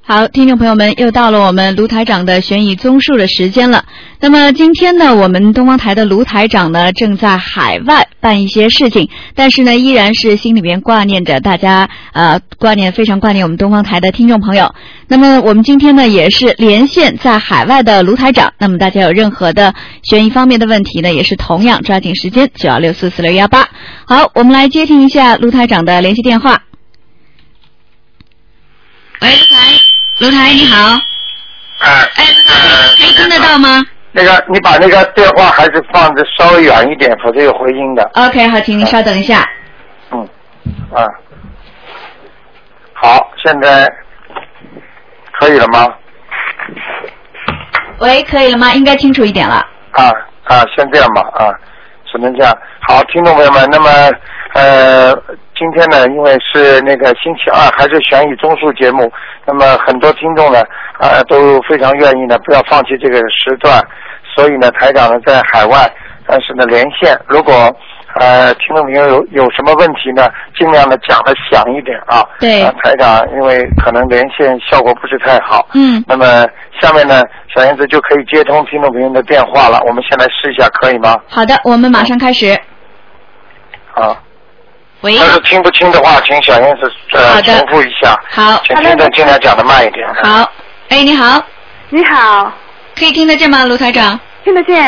好，听众朋友们，又到了我们卢台长的悬疑综述的时间了。那么今天呢，我们东方台的卢台长呢正在海外办一些事情，但是呢，依然是心里面挂念着大家，呃，挂念非常挂念我们东方台的听众朋友。那么我们今天呢，也是连线在海外的卢台长。那么大家有任何的悬疑方面的问题呢，也是同样抓紧时间九幺六四四六幺八。好，我们来接听一下卢台长的联系电话。喂，卢台。卢台，你好。哎、哎，卢台，可以听得到吗那个，你把那个电话还是放的稍微远一点，否则有回音的。 ？OK，好，请您稍等一下。嗯，啊，好，现在可以了吗？喂，可以了吗？应该清楚一点了。啊啊，先这样吧啊，只能这样。好，听众朋友们，那么呃，今天呢，因为是那个星期二，还是悬疑综述节目，那么很多听众呢，啊、都非常愿意呢，不要放弃这个时段，所以呢，台长呢在海外，但是呢连线，如果呃听众朋友有有什么问题呢，尽量的讲的响一点啊。对啊台长，因为可能连线效果不是太好，嗯，那么下面呢，小燕子就可以接通听众朋友的电话了。我们先来试一下，可以吗？好的，我们马上开始。啊，喂要是听不清的话，请小燕子好的呃重复一下，好，请听众尽量讲的慢一点。啊好。哎，你好，你好，可以听得见吗，卢台长？听得见？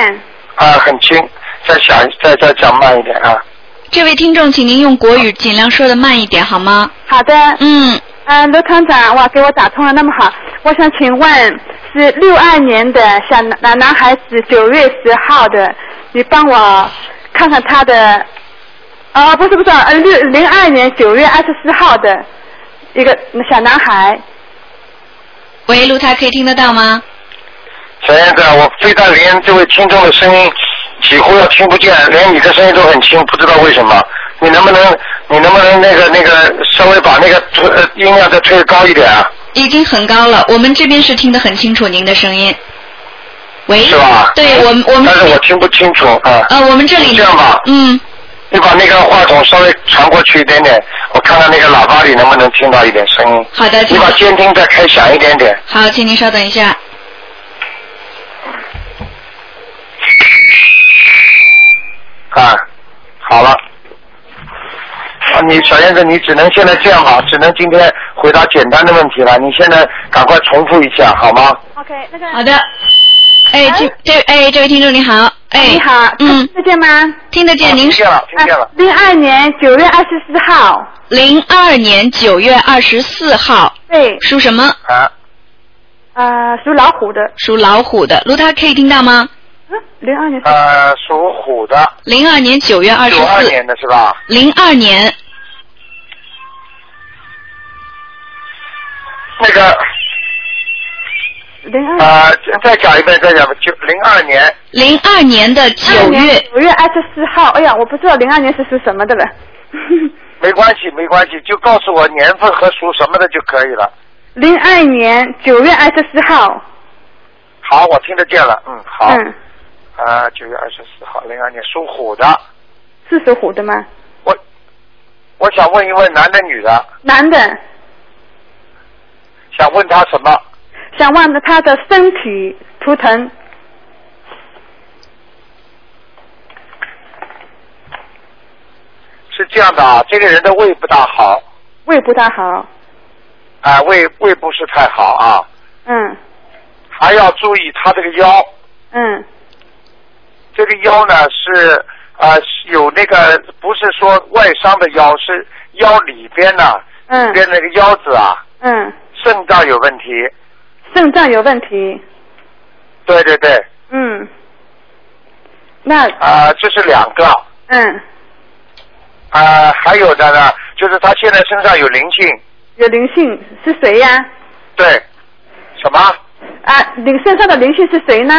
啊，很轻，再想再再讲慢一点啊。这位听众，请您用国语尽量说的慢一点，好吗？好的，嗯，嗯，罗团长，哇，给我打通了，那么好，我想请问，是六二年的小男男孩子，九月十号的，你帮我看看他的，啊，不是不是，呃，六零二年九月二十四号的一个小男孩，喂，卢台，可以听得到吗？小燕子，我非但连这位听众的声音几乎要听不见，连你的声音都很轻，不知道为什么。你能不能，你能不能那个那个稍微把那个呃音量再推高一点啊？已经很高了，我们这边是听得很清楚您的声音。喂，是吧？对我们，我们但是我听不清楚啊。呃，我们这里这样吧嗯，你把那个话筒稍微传过去一点点，我看看那个喇叭里能不能听到一点声音。好的，你请把监听再开响一点点。好，请您稍等一下。啊，好了。啊，你小燕子，你只能现在这样吧，只能今天回答简单的问题了。你现在赶快重复一下好吗？ ，OK，那个好的。哎，这这哎，这位听众你好，哎，你好，嗯听，得见吗？听得见啊您听见了，听见了。零二年九月二十四号，零二年九月二十四号对，属什么？啊，呃，属老虎的，属老虎的，卢他可以听到吗？嗯，零二年，呃，属虎的，零二年九月二十九二四，年的是吧？零二年那个，零二年。呃，再讲一遍，再讲一遍，九零二年，零二年的九月，九月二十四号，哎呀，我不知道零二年是属什么的了。 没关系，没关系，就告诉我年份和属什么的就可以了。零二年九月二十四号，好，我听得见了。嗯，好。嗯，啊，九月二十四号，零二年属虎的。是属虎的吗？我我想问一问，男的女的？男的，想问他什么？想望着他的身体图腾，是这样的啊，这个人的胃不大好，胃不大好，啊，胃胃不是太好啊，嗯还要注意他这个腰，嗯这个腰呢是啊、呃是有那个不是说外伤的腰，是腰里边呢、里嗯边那个腰子啊，嗯，肾脏有问题。肾脏有问题，对对对，嗯，那啊、这是两个。嗯啊，还有的呢，就是他现在身上有灵性，有灵性是谁呀？对，什么？啊，你身上的灵性是谁呢？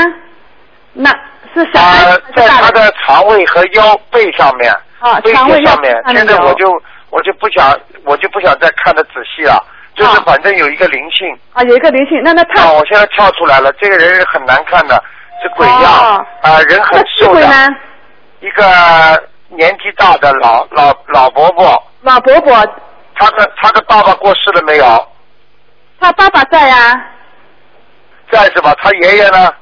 那是小啊孩子，还在是大他人？的肠胃和腰背上面，啊，背肠胃脊要上面。现在我就我就不想，我就不想再看得仔细了。就是啊反正有一个灵性，啊，有一个灵性，那那 他啊，我现在跳出来了。这个人很难看的，是鬼样哦啊、人很那是瘦鬼的，呢？一个年纪大的老老老伯伯。老伯伯，他的他的爸爸过世了没有？他爸爸在啊，在是吧？他爷爷呢？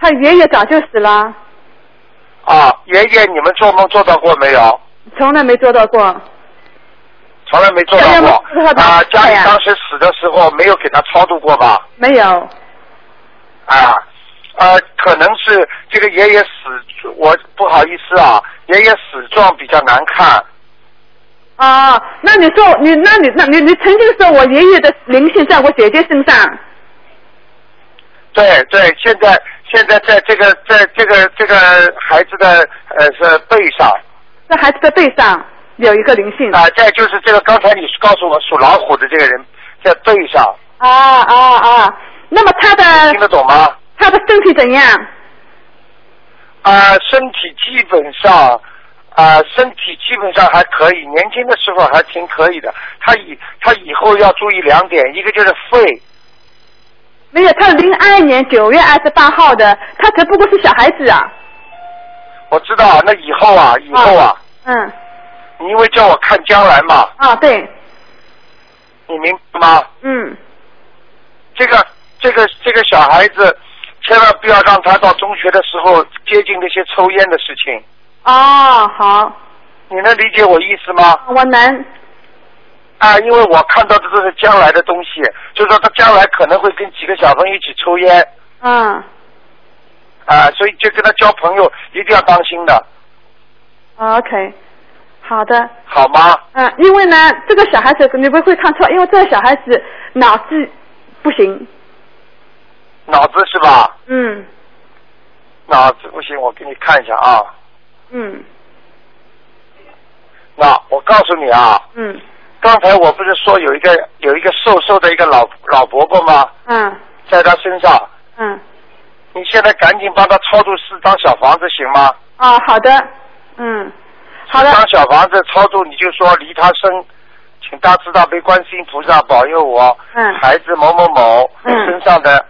他爷爷早就死了，啊，爷爷，你们做梦做到过没有？从来没做到过。从来没做到哎呀过我知道。他啊，家哎里呀当时死的时候没有给他超度过吧？没有，啊，呃，可能是这个爷爷死，我不好意思啊，爷爷死状比较难看。哦，那你说你，那你，那你，你曾经说我爷爷的灵性在我姐姐身上，对对，现在现在在这个在这个这个孩子的呃是背上这孩子的背上有一个灵性。啊，再就是这个刚才你告诉我属老虎的这个人在背上，啊啊啊！那么他听得的懂吗？他的身体怎样？啊、身体基本上啊、身体基本上还可以，年轻的时候还挺可以的。他以他以后要注意两点，一个就是肺，没有，他零二年九月二十八号的，他只不过是小孩子啊。我知道，那以后啊，以后啊，嗯，你因为叫我看将来嘛，啊对，你明白吗？嗯，这个这个这个小孩子，千万不要让他到中学的时候接近那些抽烟的事情，哦好，你能理解我意思吗？我能，啊，因为我看到的都是将来的东西，就是说他将来可能会跟几个小朋友一起抽烟嗯，啊，所以就跟他交朋友一定要当心的，啊 OK，好的。好吗？嗯，因为呢，这个小孩子你不会看错，因为这个小孩子脑子不行，脑子是吧？嗯脑子不行，我给你看一下啊。嗯那我告诉你啊，嗯刚才我不是说有一个有一个瘦瘦的一个老老伯伯吗？嗯在他身上，嗯，你现在赶紧帮他超度四张小房子行吗？啊好的，嗯好的四张小房子超度，你就说离他生，请大慈大悲观世音菩萨保佑我、嗯孩子某某某、嗯身上的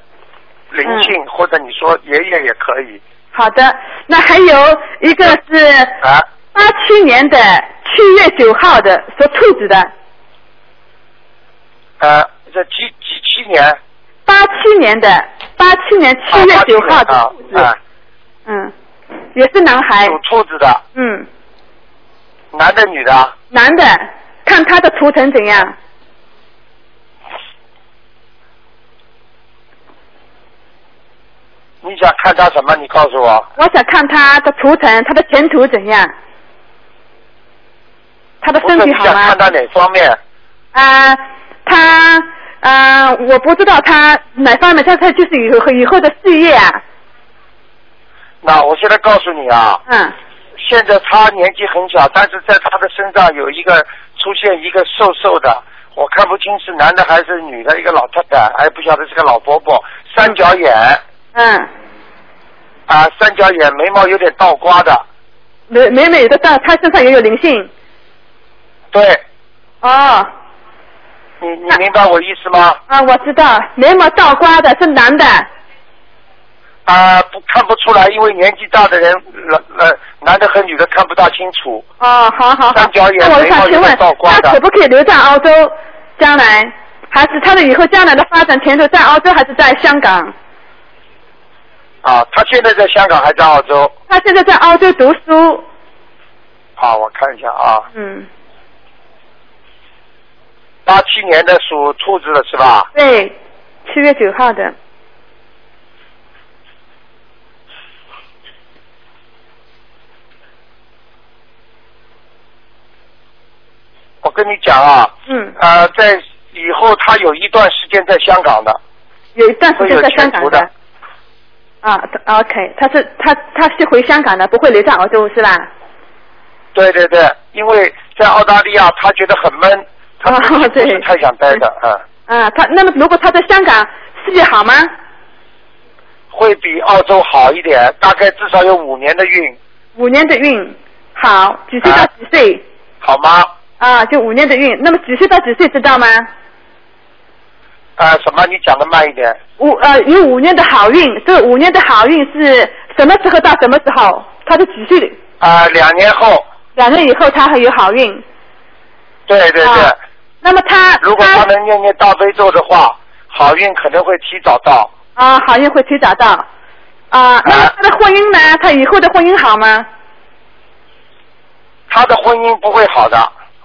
灵性，或者你说爷爷也可以好的，那还有一个是啊。八七年的七月九号的属兔子的，呃，这几几七年？八七年的八七年七月啊九哎号啊的兔子，啊，嗯，也是男孩属，兔子的，嗯，男的女的啊？男的，看他的图腾怎样，你想看他什么？你告诉我。我想看他的图腾，他的前途怎样，他的不身是体你好想吗看？他哪方面？啊、他啊、我不知道他哪方面，他他就是以后以后的事业啊，那我现在告诉你啊，嗯，现在他年纪很小，但是在他的身上有一个出现一个瘦瘦的，我看不清是男的还是女的，一个老太太，哎，不晓得是个老伯伯，三角眼嗯，啊，三角眼，眉毛有点倒刮的，美美美的到他身上也有灵性，对哦。你你明白我意思吗？啊，我知道，眉毛倒刮的是男的，啊，不看不出来，因为年纪大的人，呃呃，男的和女的看不大清楚。哦，好好好。三角眼那我眉毛想请有问，点倒刮的他可不可以留在澳洲将来？还是他的以后将来的发展前途在澳洲还是在香港？啊，他现在在香港还在澳洲。他现在在澳洲读书，好，我看一下啊，嗯，八七年的属兔子的是吧？对，七月九号的，我跟你讲啊，嗯，呃，在以后他有一段时间在香港的，有一段时会哦有间在香前港途的。啊他，OK，他是他他是回香港的，不会留在澳洲是吧？对对对，因为在澳大利亚他觉得很闷，他哦不是不对是太想待的，嗯，嗯，他那么如果他在香港事业好吗？会比澳洲好一点，大概至少有五年的运，五年的运好，几岁到啊几岁？好吗？啊，就五年的运，那么几岁到几岁知道吗？啊、什么？你讲的慢一点。五呃有五年的好运，这五年的好运是什么时候到什么时候？他是几岁？啊、两年后，两年以后他还有好运。对对对，啊那那么他 如果他能念念大悲咒的话，好运可能会提早到。啊，好运会提早到。啊，那么他的婚姻呢？他以后的婚姻好吗？他的婚姻不会好的，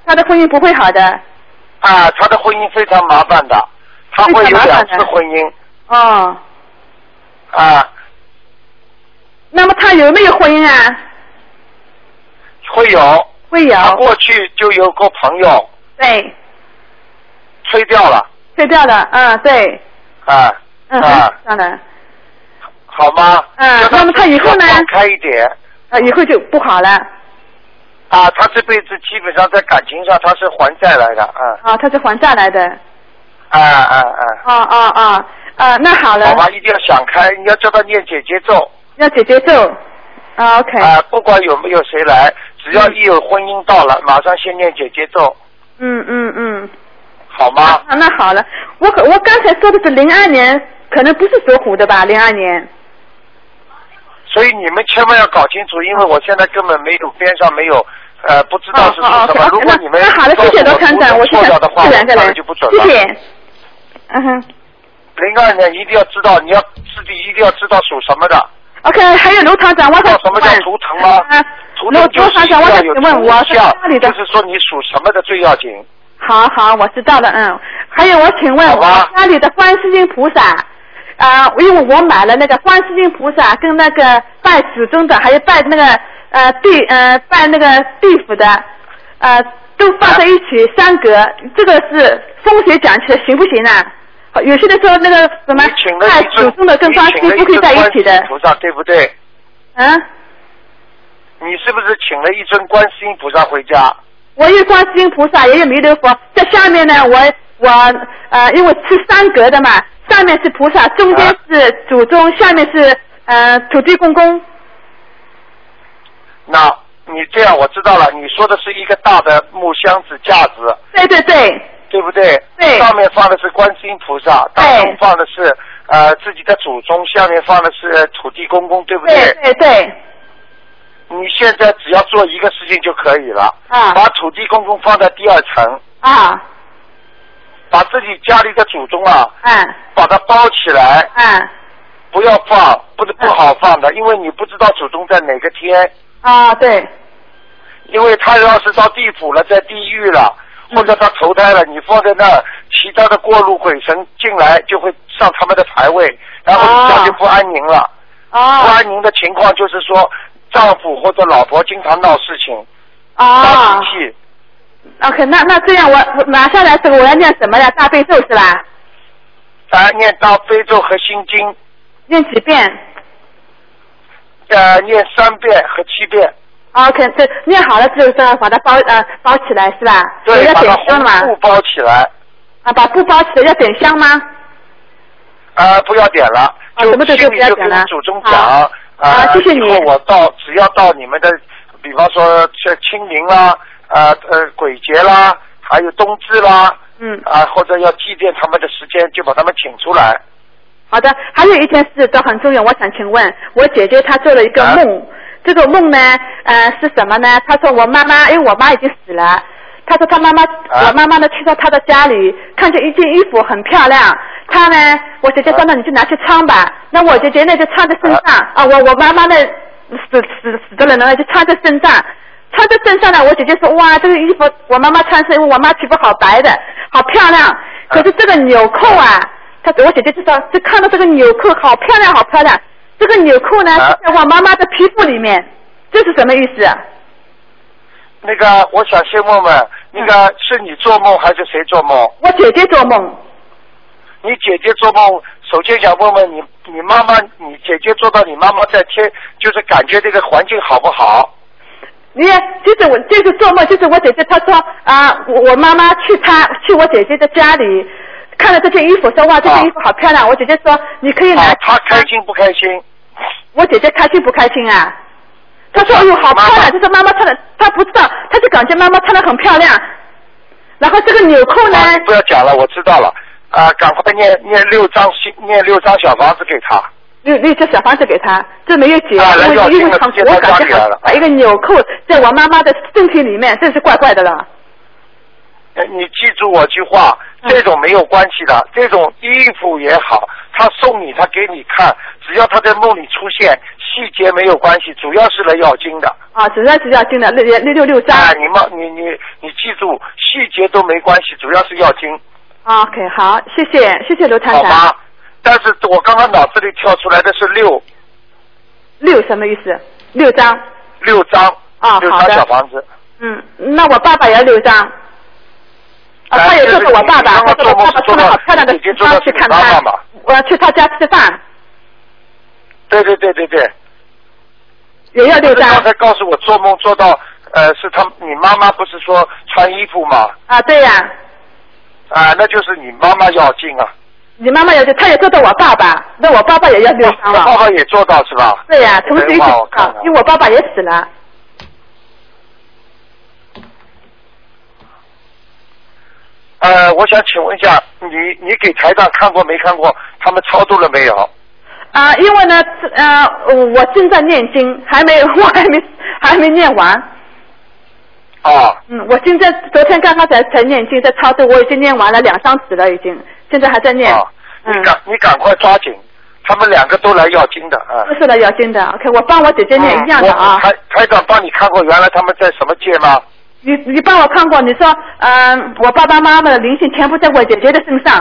他的婚姻不会好的。啊，他的婚姻非常麻烦的，他会有两次婚姻。哦，啊，那么他有没有婚姻啊？会有。会有。他过去就有过朋友对，吹掉了，对掉了，嗯，对，啊嗯，啊，当然，好吗？嗯叫那么他以后呢放开一点啊，以后就不好了。啊，他这辈子基本上在感情上他是还债来的，啊啊，他是还债来的。啊啊啊，啊啊啊！啊，那好了，好吧，一定要想开，你要叫他念姐姐咒要姐姐咒。啊，OK，啊，不管有没有谁来，只要一有婚姻到了，马上先念姐姐咒，嗯嗯嗯。好吗？啊，那好了，我可我刚才说的是零二年，可能不是属虎的吧？零二年。所以你们千万要搞清楚，因为我现在根本没有边上没有，呃，不知道是属哦什么。哦如果你们那好了，谢谢罗团长，我现错在掉的话，自我然再来当，就不准谢了。谢。嗯哼零二年一定要知道，你要自己一定要知道属什么的。 ，OK，还有罗团长，我知想道什么叫请问图腾吗啊，图罗腾就罗是团一长，定要我想请有问图我是像家，里就的，是说你属什么的最要紧。好好，我知道了，嗯。还有我请问好啊我吧家里的观世音菩萨，啊、因为我买了那个观世音菩萨跟那个拜祖宗的，还有拜那个呃地呃拜那个地府的，呃都放在一起三格，这个是风水讲起来行不行啊？有些的时候那个什你么请了拜一祖尊，宗的跟你观世请了音不可以尊在一观世起音的，菩萨对不对？嗯。你是不是请了一尊观世音菩萨回家？我有观世音菩萨，也有弥勒佛。在下面呢，我我呃，因为是三格的嘛，上面是菩萨，中间啊是祖宗，下面是呃土地公公。那你这样我知道了，你说的是一个大的木箱子架子。对对对，对不对？对上面放的是观世音菩萨，对当中放的是呃自己的祖宗，下面放的是土地公公，对不对？对对对，你现在只要做一个事情就可以了，啊把土地公公放在第二层，啊，把自己家里的祖宗啊，嗯把它包起来，嗯不要放，不是嗯不好放的，因为你不知道祖宗在哪个天，啊，对因为他要是到地府了，在地狱了。嗯或者他投胎了，你放在那儿，其他的过路鬼神进来就会上他们的牌位，然后你家就不安宁了。不啊安宁的情况就是说，丈夫或者老婆经常闹事情、啊发脾气， ，OK，那那这样我我马上来这个我要念什么呀？大悲咒是吧？啊，念大悲咒和心经，念几遍呃，念三遍和七遍， ？OK，这念好了之后，再把它包呃包起来是吧？对，要把点它香嘛？红布包起来，啊，把布包起来要点香吗？啊，不要点了，啊什么都心不里要就点跟了祖宗好讲，呃啊谢谢以你后我到只要到你们的，比方说这清明啦，啊呃鬼节啦，还有冬至啦，嗯啊或者要祭奠他们的时间，就把他们请出来。好的，还有一件事都很重要，我想请问，我姐姐她做了一个梦，啊这个梦呢，呃，是什么呢？她说我妈妈，因为我妈已经死了，她说她妈妈，啊我妈妈呢去到她的家里，看见一件衣服很漂亮，她呢，我姐姐说啊那你就拿去穿吧，那我姐姐呢就穿在身上，啊我我妈妈呢死死死的人呢就穿在身上。穿在身上呢，我姐姐说哇，这个衣服我妈妈穿是因为我妈皮肤好白的，好漂亮。可是这个纽扣啊，她我姐姐就说，就看到这个纽扣好漂亮，好漂亮。这个纽扣呢啊是在我妈妈的皮肤里面，这是什么意思啊？那个，我想先问问，那嗯个是你做梦还是谁做梦？我姐姐做梦，你姐姐做梦，首先想问问你，你妈妈，你姐姐做到你妈妈在天，就是感觉这个环境好不好？你看，就是我就是做梦，就是我姐姐她说啊，我我妈妈去她去我姐姐的家里，看了这件衣服说哇，这件衣服好漂亮。我姐姐说你可以拿啊，，她开心不开心？我姐姐开心不开心啊？她说：“哎呦，好漂妈妈亮！”就是妈妈穿的，她不知道，她就感觉妈妈穿的很漂亮。然后这个纽扣呢，啊，你不要讲了，我知道了。啊，赶快念念六张心，念六张小房子给她。那那这小房子给她，这没有解，啊来因要为因听为了很直接我到感家觉里来好了把一个纽扣在我妈妈的身体里面，这是怪怪的了。呃你记住我句话，嗯这种没有关系的，这种衣服也好，他送你，他给你看，只要他在梦里出现，细节没有关系，主要是来要经的。啊，主要是要进的六六六六张。啊，你们你你你记住，细节都没关系，主要是要经，啊 OK，好，谢谢谢谢卢台好长吗。？但是我刚刚脑子里跳出来的是六六什么意思？六张。六张，啊六好张的小房子。嗯，那我爸爸也要六张。啊，哎他也这做是给我你爸你爸，刚他刚说我做梦爸爸是做穿了到好漂亮的已经西做到装去你看爸爸他嘛，我要去他家吃饭，对对对对对。也要六他刚张。才告诉我做梦做到，呃，是他你妈妈不是说穿衣服吗？啊，对呀、啊、那就是你妈妈要进啊。你妈妈也是，她也做到我爸爸，那我爸爸也要六我张爸了。爸也做到是吧？ 对呀、同时一起等啊会儿我哦看啊看因为我爸爸也死了。呃，我想请问一下，你你给台长看过没看过？他们超度了没有？啊，因为呢，这呃，我正在念经，还没， 我还没，还没念完。啊，嗯，我今天昨天刚刚才才念经，在操作，我已经念完了两张纸了，已经，现在还在念。啊，你嗯，赶你赶快抓紧，他们两个都来要经的啊。都是了要经的，OK，我帮我姐姐哦念一样的啊我。台台长帮你看过原来他们在什么界吗？你你帮我看过，你说，嗯、我爸爸妈妈的灵性全部在我姐姐的身上。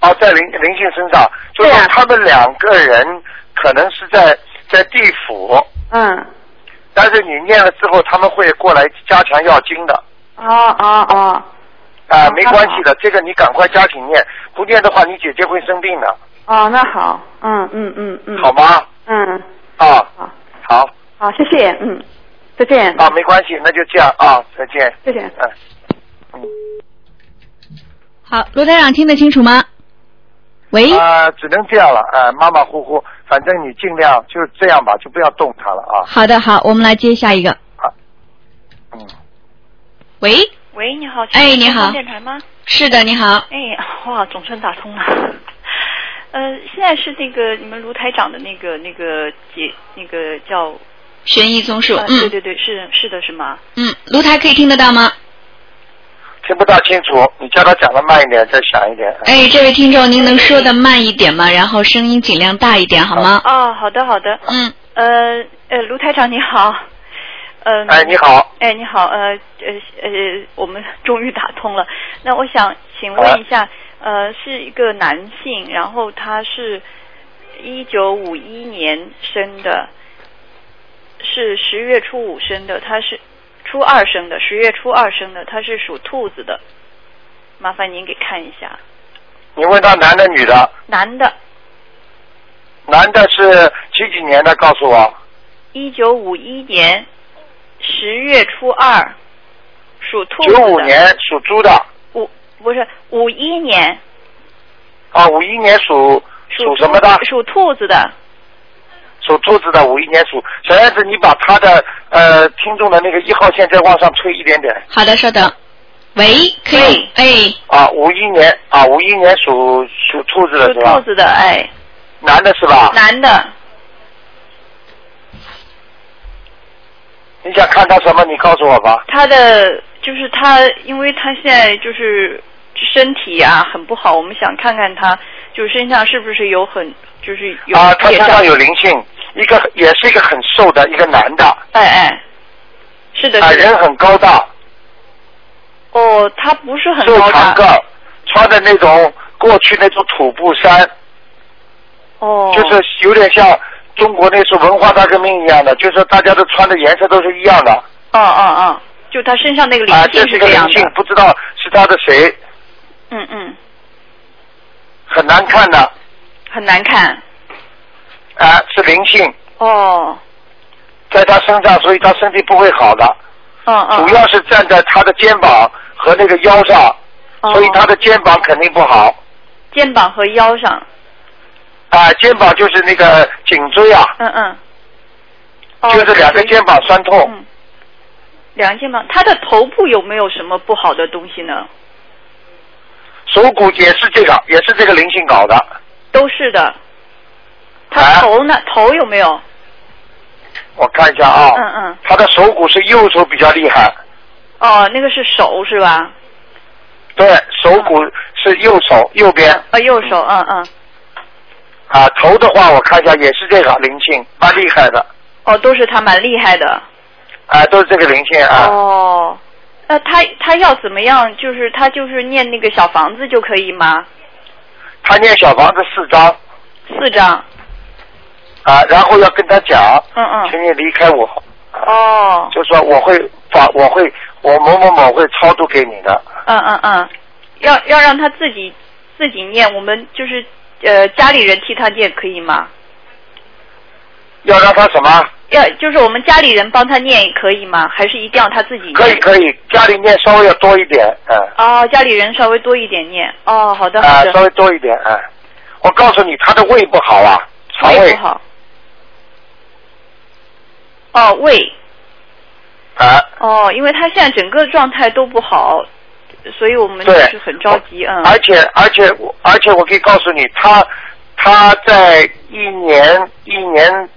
啊，在灵灵性身上，就是对啊说他们两个人可能是在在地府，嗯，但是你念了之后，他们会过来加强要经的。哦哦哦，啊、哦没那关好系的，这个你赶快加紧念，不念的话，你姐姐会生病的，哦，那好，嗯嗯嗯嗯。好。吗？嗯，啊，好，好好，谢谢，嗯，再见。啊，没关系，那就这样啊，再见。再见。嗯，好，卢台长听得清楚吗？喂，啊、只能这样了，啊、马马虎虎，反正你尽量就是这样吧，就不要动它了啊。好的，好，我们来接下一个。嗯，喂，喂，你好，哎请问你东方好电台吗？是的，你好，哎， 哇，总算打通了。 呃，现在是那个你们卢台长的那个那个节，那个叫，悬疑综述，呃、对嗯对对，是是的，是吗？嗯，卢台可以听得到吗？听不大清楚，你叫他讲的慢一点，再响一点。啊哎，这位听众，您能说的慢一点吗？然后声音尽量大一点，好吗？哦，好的好啊的，嗯，呃呃，卢台长你好，嗯、哎，你好，哎，你好，呃呃呃，我们 终于打通了。那我想请啊问一下，呃，是一个男性，然后他是一九五一年生的，是十月初五生的，他是初二生的，十月初二生的，他是属兔子的。麻烦您给看一下，你问他男的女的？男的，男的是几几年的？告诉我。一九五一年十月初二，属兔子九的。五年属猪的，五不是五一年。啊，五一年属属什么的？属兔子的。属兔子的，五一年属。小燕子，你把他的呃听众的那个一号线再往上推一点点好的，稍等。喂，可以，哎，啊，五一年啊，五一年属属兔子的属是吧啊兔？子的，哎，男的是吧？男的，你想看他什么？你告诉我吧。他的就是他，因为他现在就是身体啊很不好，我们想看看他就是身上是不是有很就是有啊，他业身障，上有灵性，一个也是一个很瘦的一个男的，哎哎，是的，啊，是的，人很高大，哦，他不是很瘦高长个大，儿，穿的那种过去那种土布衫，哦，就是有点像中国那时候文化大革命一样的，就是大家都穿的颜色都是一样的。哦哦哦，就他身上那个灵啊，性这是个这样灵的，性，不知道是他的谁，嗯嗯，很难看的，很难看，啊，是灵性哦，在他身上，所以他身体不会好的，嗯嗯，主要是站在他的肩膀和那个腰上，哦所以他的肩膀肯定不好，肩膀和腰上，啊，肩膀就是那个颈椎啊，嗯嗯，哦就是两个肩膀酸痛，嗯，两个肩膀，他的头部有没有什么不好的东西呢？手骨也是这个，也是这个灵性搞的，都是的。啊哦他头呢？头有没有？我看一下啊，嗯嗯。他的手骨是右手比较厉害，哦，那个是手是吧？对，手骨是右手右边嗯哦，右手，嗯嗯，啊，头的话我看一下也是这个灵性，蛮厉害的，哦，都是他蛮厉害的。啊，都是这个灵性啊，哦，那他他要怎么样？就是他就是念那个小房子就可以吗？他念小房子四张四张，啊，然后要跟他讲，嗯嗯，请你离开我，哦，就说我会把我会我某某某会超度给你的，嗯嗯嗯，要要让他自己自己念，我们就是呃家里人替他念可以吗？要让他什么？要就是我们家里人帮他念可以吗？还是一定要他自己念？可以可以，家里念稍微要多一点，嗯、啊。哦，家里人稍微多一点念。哦，好的啊好，的。稍微多一点啊。我告诉你，他的胃不好啊，肠胃胃不好。哦，胃啊，哦，因为他现在整个状态都不好，所以我们就对哎是很着急，嗯，而且而且我而且我可以告诉你，他他在一年一年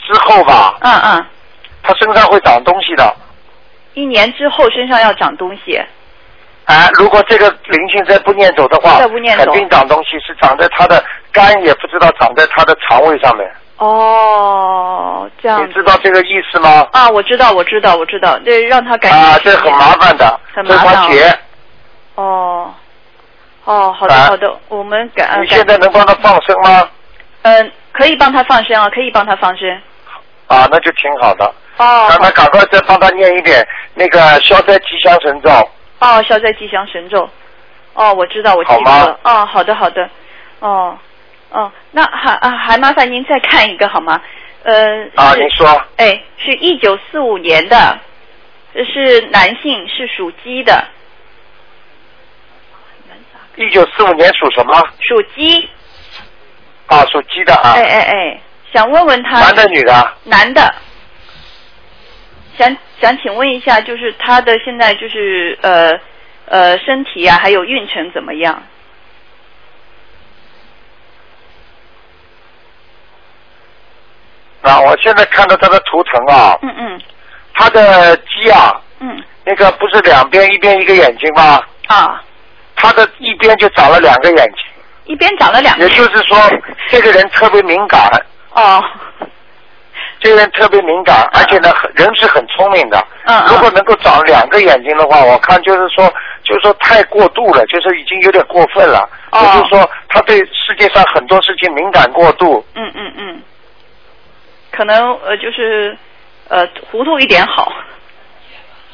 之后吧，嗯嗯，他身上会长东西的。一年之后身上要长东西，啊，如果这个灵性再不念走的话，再不念走肯定长东西是长在他的肝，也不知道长在他的肠胃上面。哦，这样你知道这个意思吗？啊，我知道，我知道，我知道，这让他感觉啊，这很麻烦的，很这麻烦关哦节，哦，哦，好的啊好的，我们感你现在能帮他放生吗？嗯，可以帮他放生啊，可以帮他放生，啊，那就挺好的。哦让他赶快再帮他念一点那个消灾吉祥神咒。哦，消灾吉祥神咒。哦，我知道，我记好得吗了。哦，好的，好的。哦，哦，那还啊，还麻烦您再看一个好吗？呃，啊，是您说哎，是一九四五年的，是男性，是属鸡的，一九四五年属什么？属鸡。啊，属鸡的啊哎，哎哎，想问问他男的女的？男的，想想请问一下，就是他的现在就是呃呃身体啊，还有运程怎么样？啊，我现在看到他的图腾啊，嗯嗯他的鸡啊，嗯那个不是两边一边一个眼睛吗？啊，他的一边就长了两个眼睛，一边长了两个也就是说，这个人特别敏感，哦，这个人特别敏感，而且呢，很人是很聪明的。嗯嗯如果能够长两个眼睛的话，我看就是说，就是说太过度了，就是已经有点过分了。哦也就是说，他对世界上很多事情敏感过度。嗯嗯嗯，可能呃就是呃糊涂一点好。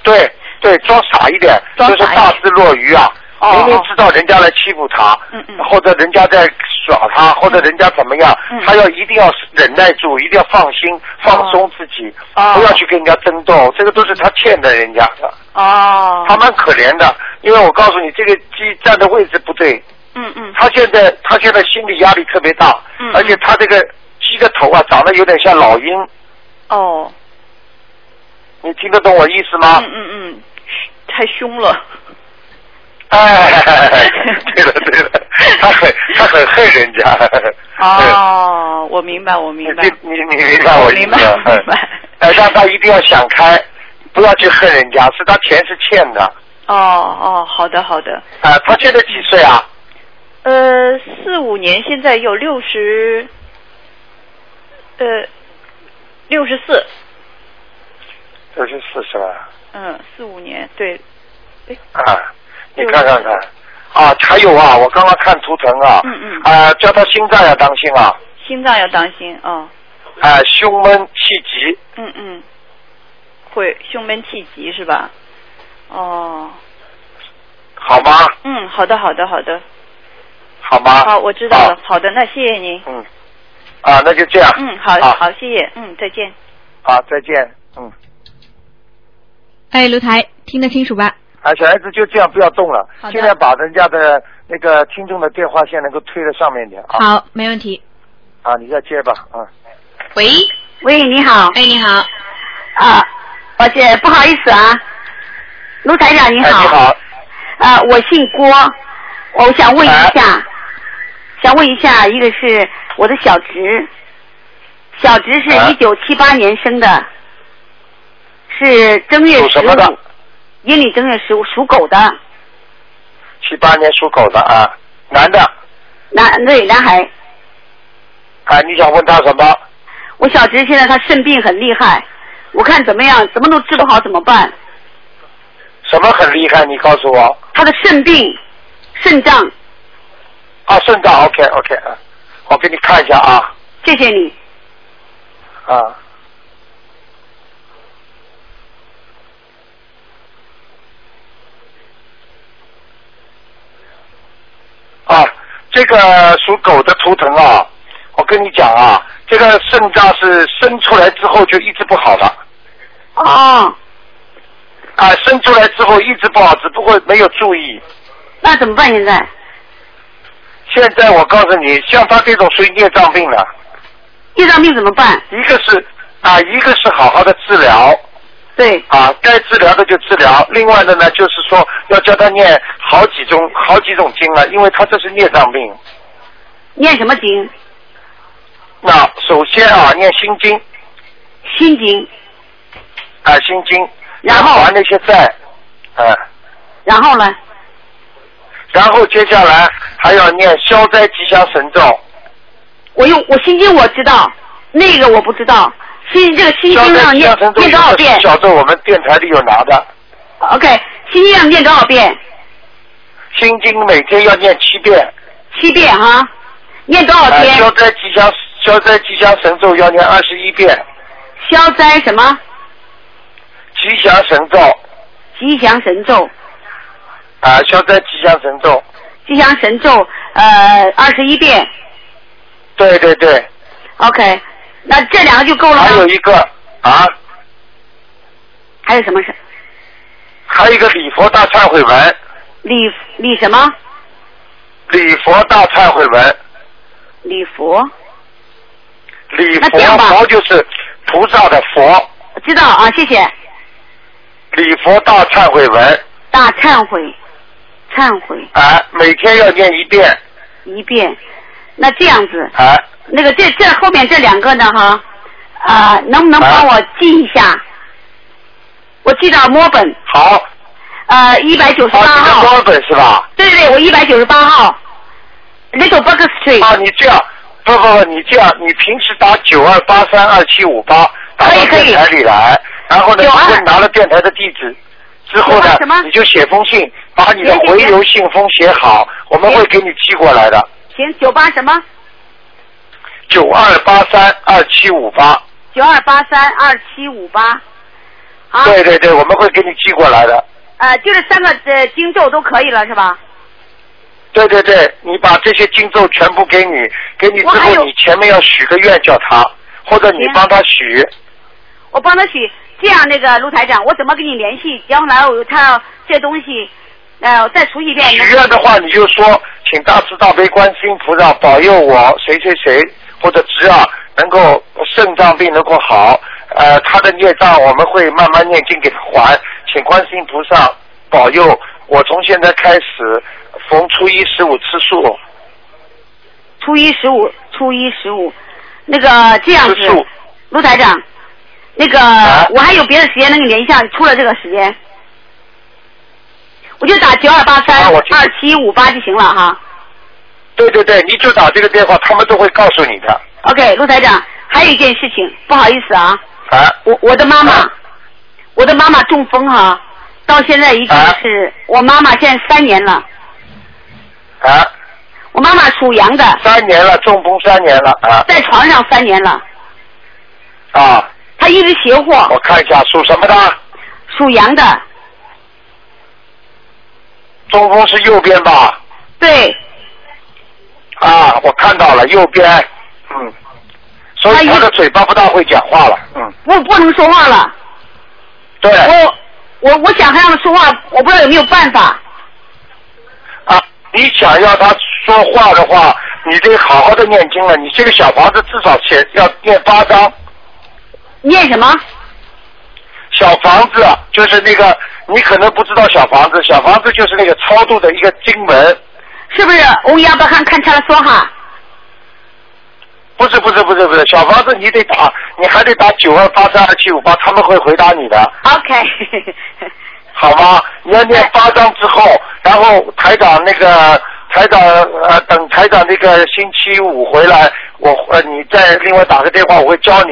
对对，装傻一点，装傻就是一点大智若愚啊。哦明明知道人家来欺负他，嗯嗯或者人家在耍他，或者人家怎么样，嗯他要一定要忍耐住，一定要放心放松自己，哦不要去跟人家争斗，这个都是他欠的人家的。哦他蛮可怜的，因为我告诉你，这个鸡站的位置不对，嗯嗯，他现在他现在心理压力特别大，嗯而且他这个鸡的头啊长得有点像老鹰，哦，你听得懂我意思吗？嗯嗯嗯，太凶了。嗯哎，对了对了，他很他很恨人家。哦，我明白，我对，明白你。你你明白我意明思白吗？我明白哎，让他一定要想开，不要去恨人家，是他钱是欠的。哦哦，好的好的。啊，他现在几岁啊？呃，四五年现在有六十，呃，六十四，六十四是吧？嗯，四五年对，啊，你看看看，啊，还有啊，我刚刚看图腾啊，嗯嗯啊，叫他心脏要当心啊，心脏要当心哦。啊，胸闷气急，嗯嗯，会胸闷气急是吧？哦，好吗？嗯，好的好的好的，好吗？好，我知道了啊。好的，那谢谢您。嗯，啊，那就这样。嗯，好啊好，谢谢。嗯，再见。好，再见。嗯，哎，卢台，听得清楚吧？啊，小孩子就这样，不要动了好，的尽量把人家的那个听众的电话线能够推到上面点啊。好，没问题。啊，你再接吧，啊。喂，喂，你好，哎，你好，啊，而且不好意思啊，卢台长你哎，好，你好，啊，我姓郭，我想问一啊下，想问一下，一个是我的小侄，小侄是哎一九七八年生的，是正月属十什么的五，阴历正月十五属狗的，七八年属狗的啊，男的男对男孩。啊，你想问他什么？我小侄现在他肾病很厉害，我看怎么样，怎么都治不好，怎么办？什么很厉害？你告诉我。他的肾病，肾脏，啊，肾脏 OK OK 啊，我给你看一下啊谢谢你。啊。啊，这个属狗的图腾啊，我跟你讲啊，这个肾脏是生出来之后就一直不好的。哦，啊，生出来之后一直不好，只不过没有注意。那怎么办？现在现在我告诉你，像他这种属于孽障病了，心脏病怎么办？一个是啊，一个是好好的治疗对，啊，该治疗的就治疗，另外的呢，就是说要教他念好几种好几种经啊了，因为他这是孽障病。念什么经？那首先啊，念心经心经，啊，心经，然后还那些债，嗯、然后呢？然后接下来还要念消灾吉祥神咒，我用我心经我知道，那个我不知道。心这个心消经灾要吉念祥神咒念多少遍有的小咒我们电台里有拿的， ？OK，心经要念多少遍？心经每天要念七遍。七遍哈。念多少啊，天？消灾吉祥消灾吉祥神咒要念二十一遍，消灾什么？吉祥神咒吉祥神咒，啊，消灾吉祥神咒，吉祥神咒，呃，二十一遍。对对对，啊 OK，那这两个就够了吗？还有一个啊，还有什么事？还有一个礼佛大忏悔文，礼礼什么？礼佛大忏悔文，礼佛，礼那佛这样吧佛就是菩萨的佛，我知道啊，谢谢。礼佛大忏悔文大忏悔，忏悔啊，每天要念一遍一遍。那这样子，啊，那个这这后面这两个呢哈，啊、能不能帮我记一下？我记到墨本，好，呃，一百九十好，八你的号。墨尔本是吧？对对，我一百九十八号，Little Buck 啊， Street。你这样，不不不，你这样，你平时打九二八三二七五八，打可到以可以电台里来，然后呢， 92你就拿了电台的地址，之后呢啊什么什么，你就写封信，把你的行行回行邮信封写好，我们会给你寄过来的。行，九八什么？九二八三二七五八，九二八三二七五八。啊，对对对，我们会给你寄过来的。呃，就这三个呃经咒都可以了是吧？对对对，你把这些经咒全部给你，给你之我还有后，你前面要许个愿叫他，或者你行帮他许。我帮他许。这样，那个卢台长，我怎么跟你联系？将来我他要这东西，呃，再出一遍。许愿的话，你就说，请大慈大悲观世音菩萨保佑我谁谁谁或者侄儿能够肾脏病能够好，呃，他的孽障我们会慢慢念经给他还，请观世音菩萨保佑我从现在开始逢初一十五吃素，初一十五，初一十五，那个这样吃素子，卢台长，那个、啊我还有别的时间能给你联系上，除了这个时间，我就打九二八啊三我知道二七五八就行了哈。对对对，你就打这个电话，他们都会告诉你的。 OK，卢台长，还有一件事情，不好意思啊，啊，我我的妈妈，啊我的妈妈中风哈、到现在已经啊是、我妈妈现在三年了，啊，我妈妈属羊的，三年了，中风三年了啊在床上三年了，啊！她一直邪乎，我看一下属什么的，属羊的，中风是右边吧？对，啊，我看到了，右边，嗯，所以他的嘴巴不大会讲话了，嗯，不不能说话了，对，我我我想让她说话，我不知道有没有办法，啊，你想要他说话的话，你得好好的念经了，你这个小房子至少写要念八章，念什么？小房子啊就是那个，你可能不知道小房子，小房子就是那个超度的一个经文，是不是欧亚巴汉看差了说哈？不是不是不是不是，小房子你得打，你还得打九二八三二七五八，他们会回答你的， OK，好吗？你要念八章之后，然后台长那个台长呃，等台长那个星期五回来，我呃你再另外打个电话，我会教你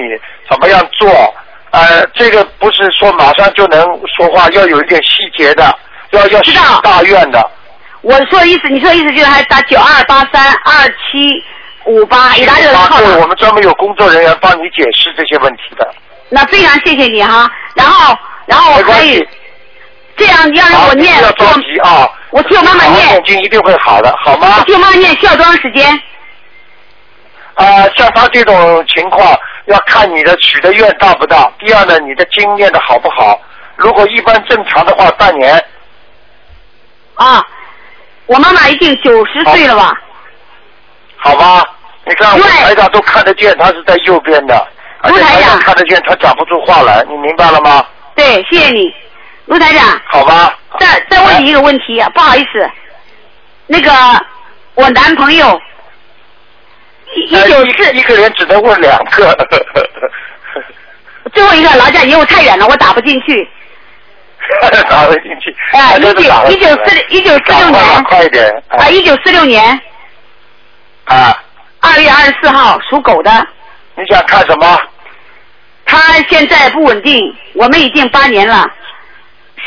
怎么样做。呃，这个不是说马上就能说话，要有一点细节的，要要知许道大愿的。 我说意思，你说意思就是还打九二八三二七五八，你打这个啊号码对，我们专门有工作人员帮你解释这些问题的。那非常谢谢你哈。然后，然后没我关可系以这样，你要让好我念不要，我着急啊，我替我妈妈好好念念，经一定会好的，好吗我？替我妈妈念需要多长时间？啊，像他这种情况，要看你的许的愿大不大。第二呢，你的经念的好不好。如果一般正常的话，半年。啊，我妈妈已经九十岁了吧？好吧？你看我对台长都看得见，他是在右边的，而卢且台台长长看得见，他讲不出话来，你明白了吗？对，谢谢你，卢台长。好吧？再再问你一个问题、啊，哎不好意思，那个我男朋友一一哎九一一个人只能问两个。最后一个劳驾业务太远了，我打不进去。打了进去。哎，还一真九是打了一进九去四一九四六赶快吧年快一点。哎啊，一九四六年啊，二月二十四号属狗的，你想看什么？他现在不稳定，我们已经八年了，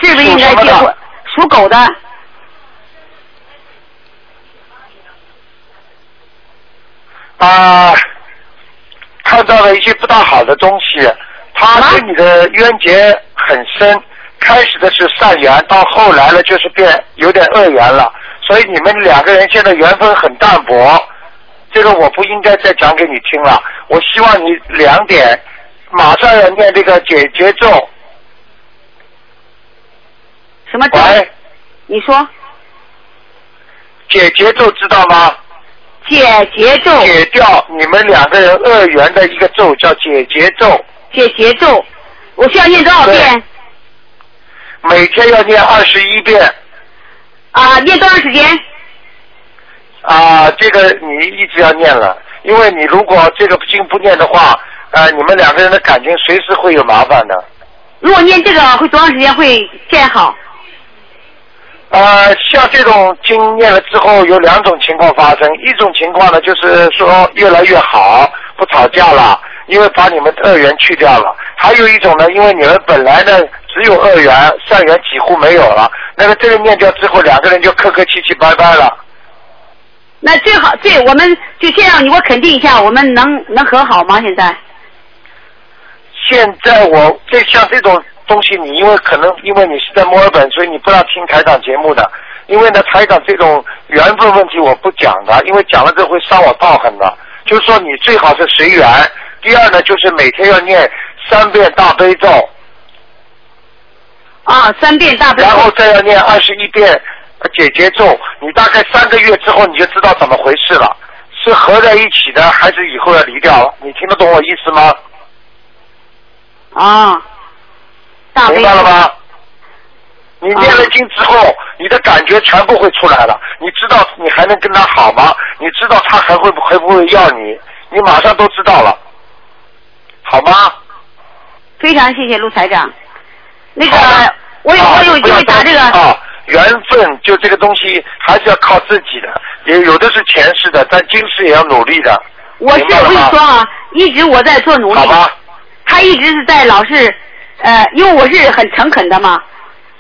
是不是应属该什么结的婚？属狗的，啊，看到了一些不大好的东西，他跟你的冤结很深。开始的是善缘，到后来了就是变有点恶缘了，所以你们两个人现在缘分很淡薄，这个我不应该再讲给你听了。我希望你两点马上要念这个解节奏。什么咒？喂，你说解节奏知道吗？解结咒，解掉你们两个人恶缘的一个咒叫解结咒，解结咒，我需要念多少对遍？每天要念二十一遍。啊，念多长时间？啊，这个你一直要念了，因为你如果这个经不念的话，呃，你们两个人的感情随时会有麻烦的。如果念这个会多长时间会见好？呃，像这种经念了之后，有两种情况发生，一种情况呢，就是说越来越好，不吵架了，因为把你们恶缘去掉了；还有一种呢，因为你们本来呢只有恶缘，善缘几乎没有了，那么这个念掉之后，两个人就客客气气拜拜了。那最好对我们就先让你给我肯定一下，我们能能和好吗？现在现在我这像这种东西，你因为可能因为你是在墨尔本，所以你不要听台长节目的。因为呢，台长这种缘分问题我不讲的，因为讲了之后会伤我道行的。就是说，你最好是随缘。第二呢，就是每天要念三遍大悲咒，啊，三遍大悲然后咒，再要念二十一遍呃解结咒。你大概三个月之后，你就知道怎么回事了，是合在一起的，还是以后要离掉？你听得懂我意思吗？啊，大悲明咒白了吗？你念了经之后，啊你的感觉全部会出来了。你知道你还能跟他好吗？你知道他还会不会不会要你？你马上都知道了，好吗？非常谢谢陆台长。那个好的，我有啊我有不机要会打着这急个啊，缘分就这个东西还是要靠自己的，也有的是前世的，但今世也要努力的。我是明白我了跟你吗说啊，一直我在做努力好，吧，他一直是在老是，呃，因为我是很诚恳的嘛，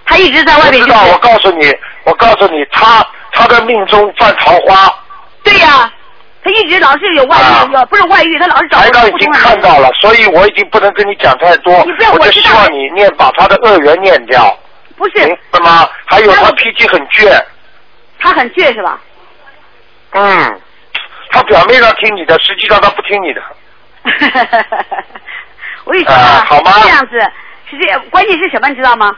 他一直在外我面知就是道，我告诉你，我告诉你，他他的命中犯桃花。对呀、他一直老是有外遇，有不是外遇，他老是找啊台长不已同经的看人。到了，所以我已经不能跟你讲太多。你不要我我就知希道望你念把他的恶缘念掉，不明是，白吗？还有那他我脾气很倔，他很倔是吧？ 嗯，他表面上听你的，实际上他不听你的。我跟你说啊好吗是这样子，是这样，关键是什么，你知道吗？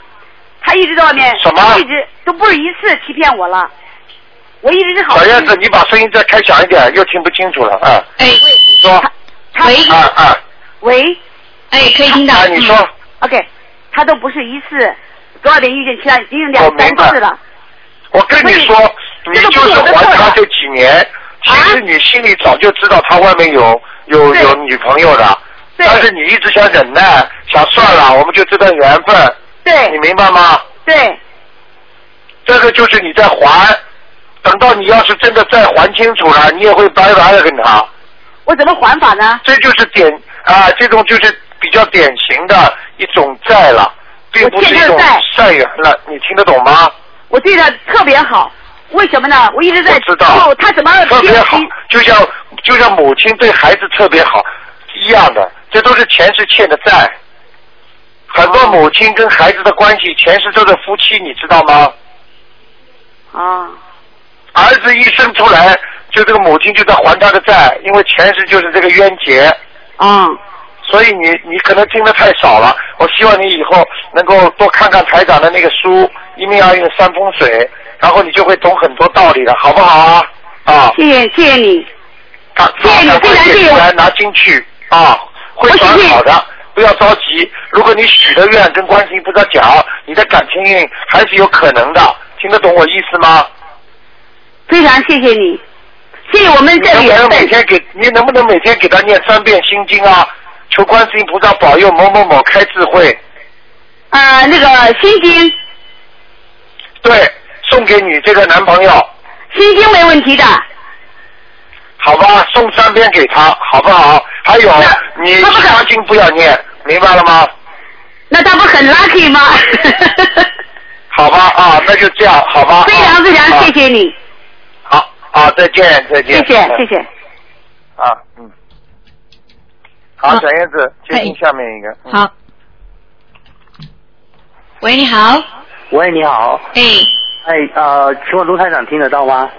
他一直在外面，什么一直都不是一次欺骗我了，我一直是好小心燕子，你把声音再开响一点，又听不清楚了。嗯，哎你说，他喂啊啊，喂哎，可以听到。啊，你嗯说， ，OK，他都不是一次，多少年遇见其他已经我两明三白次了，我跟你说，你这个就不是是我的还错他呀这几年，其实啊你心里早就知道他外面有有对有女朋友的，对但是你一直想忍耐，想算了，我们就这段缘分。你对明白吗？对，这个就是你在还，等到你要是真的再还清楚了，你也会拜拜的跟他。我怎么还法呢？这就是典啊，这种就是比较典型的一种债了，并不是一我种欠他的债善缘了。你听得懂吗？我对他特别好，为什么呢？我一直在哦我知道他怎么特别好偏心，就像就像母亲对孩子特别好一样的，这都是前世欠的债。很多母亲跟孩子的关系，前世都是夫妻，你知道吗？啊？儿子一生出来，就这个母亲就在还他的债，因为前世就是这个冤结。啊，所以你你可能听得太少了，我希望你以后能够多看看台长的那个书《一命二运三风水》，然后你就会懂很多道理了，好不好啊？啊，谢谢谢谢你，赶谢谢你赶快非常谢写谢出我来拿进去啊，会我转谢谢好的，不要着急。如果你许了愿跟观世音菩萨讲，你的感情运还是有可能的，听得懂我意思吗？非常谢谢你，谢谢我们这你里能不能每的天给你能不能每天给他念三遍心经啊？求观世音菩萨保佑某某某开智慧。呃那个心经，对，送给你这个男朋友，心经没问题的。好吧？送三篇给他，好不好？还有那，你他不心敢经不要念，明白了吗？那他不很 lucky 吗？ 好吧啊，那就这样，好吧？非常非常谢啊。谢你，好啊，再见，再谢见。谢嗯谢。谢。啊，嗯。好，好小燕子，接听哎下面一个。嗯。好。喂，你好，喂，你好，哎，哎，呃，请问卢台长听得到吗？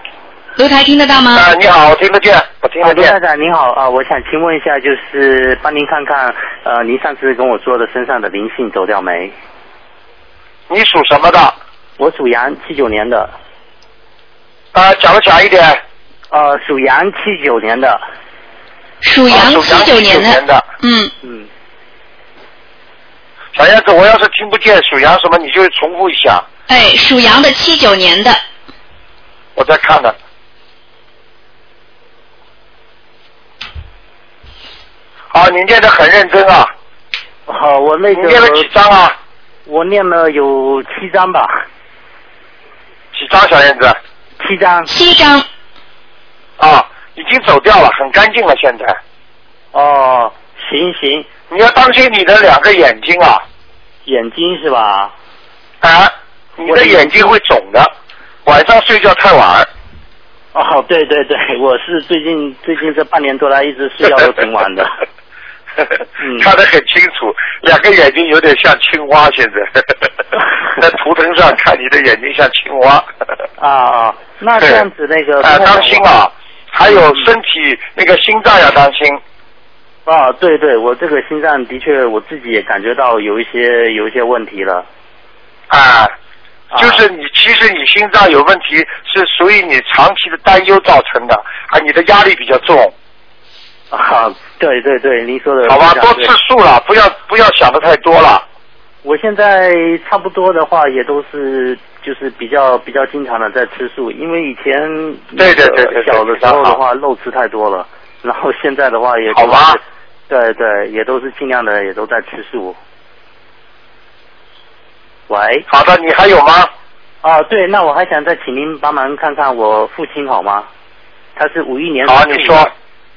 卢台听得到吗？啊，你好，我听得见，我听啊，得卢见台。长您好啊、我想请问一下，就是帮您看看，呃，您上次跟我说的身上的灵性走掉没？你属什么的？我属羊，七九年的，啊，讲的响一点。呃，属羊七九年的，哦属啊羊属七九九年的，的。嗯，嗯，小燕子，我要是听不见属羊什么，你就重复一下，哎，属羊的七九年的，我再看看。啊，你念的很认真啊，好、哦我那你个念了几张啊？我念了有七张吧，几张小燕子？七张，七张，啊，已经走掉了，很干净了。现在哦，行行，你要当心你的两个眼睛啊，眼睛是吧？啊，你的眼睛会肿的，晚上睡觉太晚。哦，对对对， 我是最近最近这半年多来一直睡觉都挺 晚 的。嗯看得很清楚，两个眼睛有点像青蛙。现 在在图腾上看你的眼睛像青蛙。啊，那这样子那个啊，当心啊！还有嗯身体那个心脏要当心。啊，对对，我这个心脏的确我自己也感觉到有一些有一些问题了。啊，啊就是你，其实你心脏有问题，是属于你长期的担忧造成的啊，你的压力比较重，啊，对对对，您说的好吧，非多常吃对素了，不要不要想的太多了，我现在差不多的话，也都是就是比较比较经常的在吃素，因为以前对对对那个对对小的时候非的常话肉吃太多了，然后现在的话也都好是吧？对对，也都是尽量的也都在吃素。喂，好的，你还有吗？啊，对，那我还想再请您帮忙看看我父亲好吗？他是五一年属好，啊兔的你说，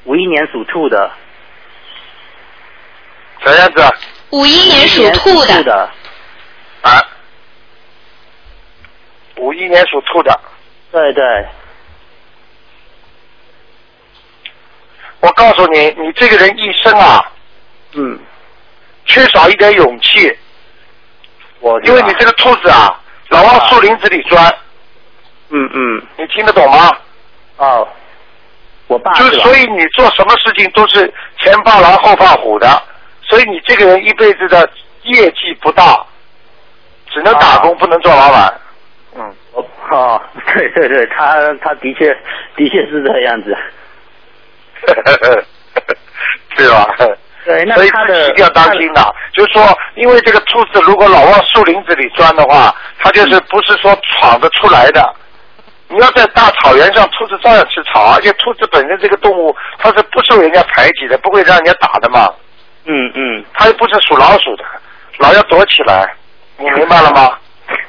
五一年属兔的，小燕子五一年属兔51年的，的，啊，五一年属兔的，对对，我告诉你，你这个人一生啊，嗯，缺少一点勇气，我因为你这个兔子啊，老往树林子里钻，嗯嗯，你听得懂吗？哦，我爸啊就是吧所以你做什么事情都是前怕狼后怕虎的，所以你这个人一辈子的业绩不大，只能打工、啊不能做老板。 嗯，我哦，对对对，他他的确的确是这样子，对吧？对，那所以他自己的一定要当心的，就是说，因为这个兔子如果老往树林子里钻的话，它嗯就是不是说闯得出来的。你要在大草原上，兔子照样吃草，而且兔子本身这个动物，它是不受人家排挤的，不会让人家打的嘛。嗯嗯， 他又不是属老鼠的，老要躲起来，你明白了吗？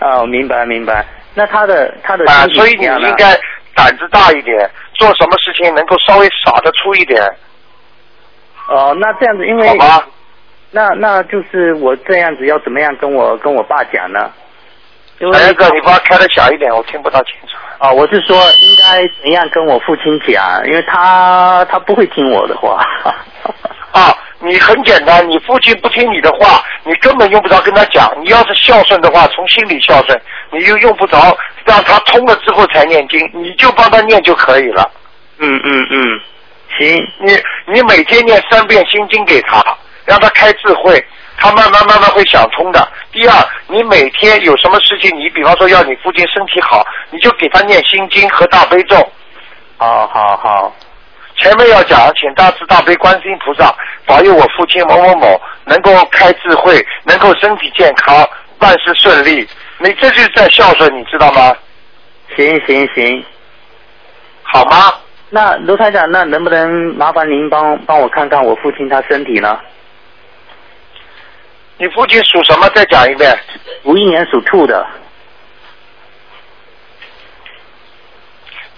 哦，明白明白。那他的他的啊身，体所以你怎么样呢应该胆子大一点，做什么事情能够稍微傻得出一点，哦，那这样子，因为好吧？那那就是我这样子要怎么样跟我跟我爸讲呢？因为儿子，你把它开的小一点，我听不到清楚。啊，我是说应该怎样跟我父亲讲，因为他他不会听我的话。 啊，你很简单，你父亲不听你的话，你根本用不着跟他讲。你要是孝顺的话，从心里孝顺，你就用不着让他通了之后才念经，你就帮他念就可以了。嗯嗯嗯，行，你你每天念三遍心经给他，让他开智慧，他慢慢慢慢会想通的。第二，你每天有什么事情，你比方说要你父亲身体好，你就给他念心经和大悲咒。啊好好好，前面要讲，请大慈大悲观世音菩萨保佑我父亲某某某能够开智慧，能够身体健康，万事顺利。你这就是在孝顺，你知道吗？行行行。好吗？那卢台长，那能不能麻烦您帮帮我看看我父亲他身体呢？你父亲属什么？再讲一遍。五一年属兔的，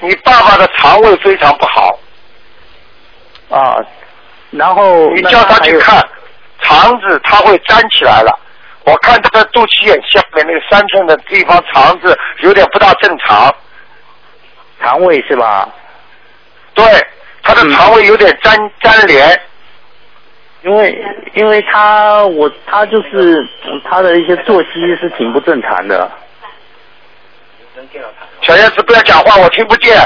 你爸爸的肠胃非常不好，啊，然后你那叫他还去有看，肠子它会粘起来了。我看他的肚脐眼下面那个三寸的地方，肠子有点不大正常。肠胃是吧？对，他的肠胃有点粘粘连。因为因为他我他就是嗯他的一些作息是挺不正常的。小燕子，不要讲话，我听不见。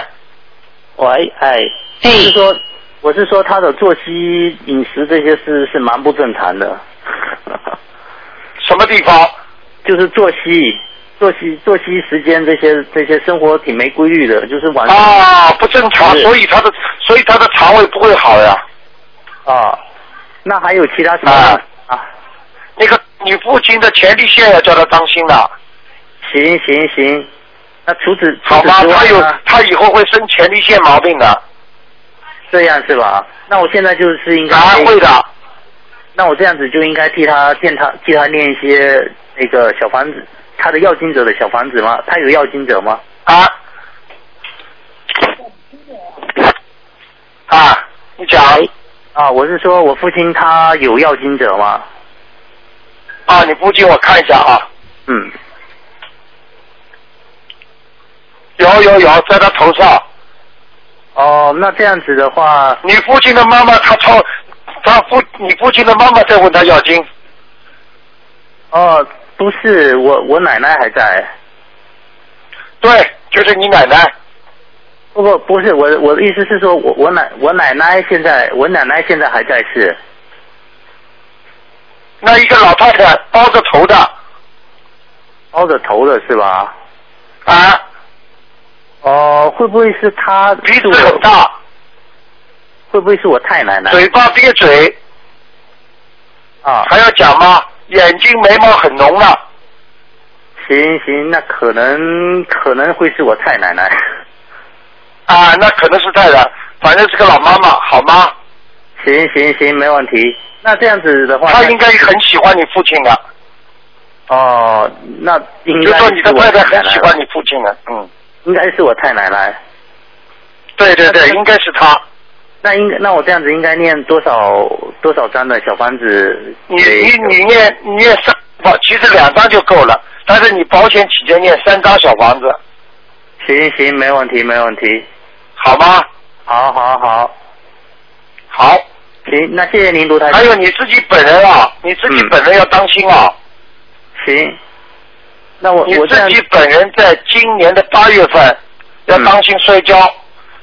喂，哎，我是说我是说他的作息、饮食这些是是蛮不正常的， 什么地方？就是作息、作息、作息时间这些这些生活挺没规律的，就是晚上啊，不正常，哎是所以他的所以他的肠胃不会好呀。啊，那还有其他什么啊啊？那个你父亲的前列腺要叫他当心了，行行行，那除此除好吗此之？他有外呢？他以后会生前列腺毛病的，这样是吧？那我现在就是应该、啊会的。那我这样子就应该替他替他替他念一些那个小房子，他的要经者的小房子吗？他有要经者吗？啊啊，你讲啊，我是说我父亲他有要经者吗？啊，你父亲我看一下啊，嗯，有有有，在他头上。哦，那这样子的话，你父亲的妈妈，他超，他父你父亲的妈妈在问他要经，哦，不是，我我奶奶还在。对，就是你奶奶。不不不是我我的意思是说我我奶我奶奶现在我奶奶现在还在世。那一个老太太包着头的包着头的是吧？啊，哦，会不会是他？鼻是子我很大，会不会是我太奶奶？嘴巴憋嘴，啊，还要讲吗？眼睛眉毛很浓了，行行，那可能可能会是我太奶 奶。啊，那可能是太太，反正是个老妈妈，好吗？行行行，没问题。那这样子的话，她应该很喜欢你父亲啊的，哦，那应就该说你的是我太太奶很奶喜欢你父亲的，嗯，应该是我太奶奶。对对对，那应该是她。那应该那我这样子应该念多少多少张的小房子你给？你你念你念三不，其实两张就够了，但是你保险起见念三张小房子，行行，没问题没问题。好吗？好好好，好，行，那谢谢您卢台长。还有你自己本人啊，你自己嗯本人要当心啊。行，那我你我这自样己本人在嗯今年的八月份要当心摔跤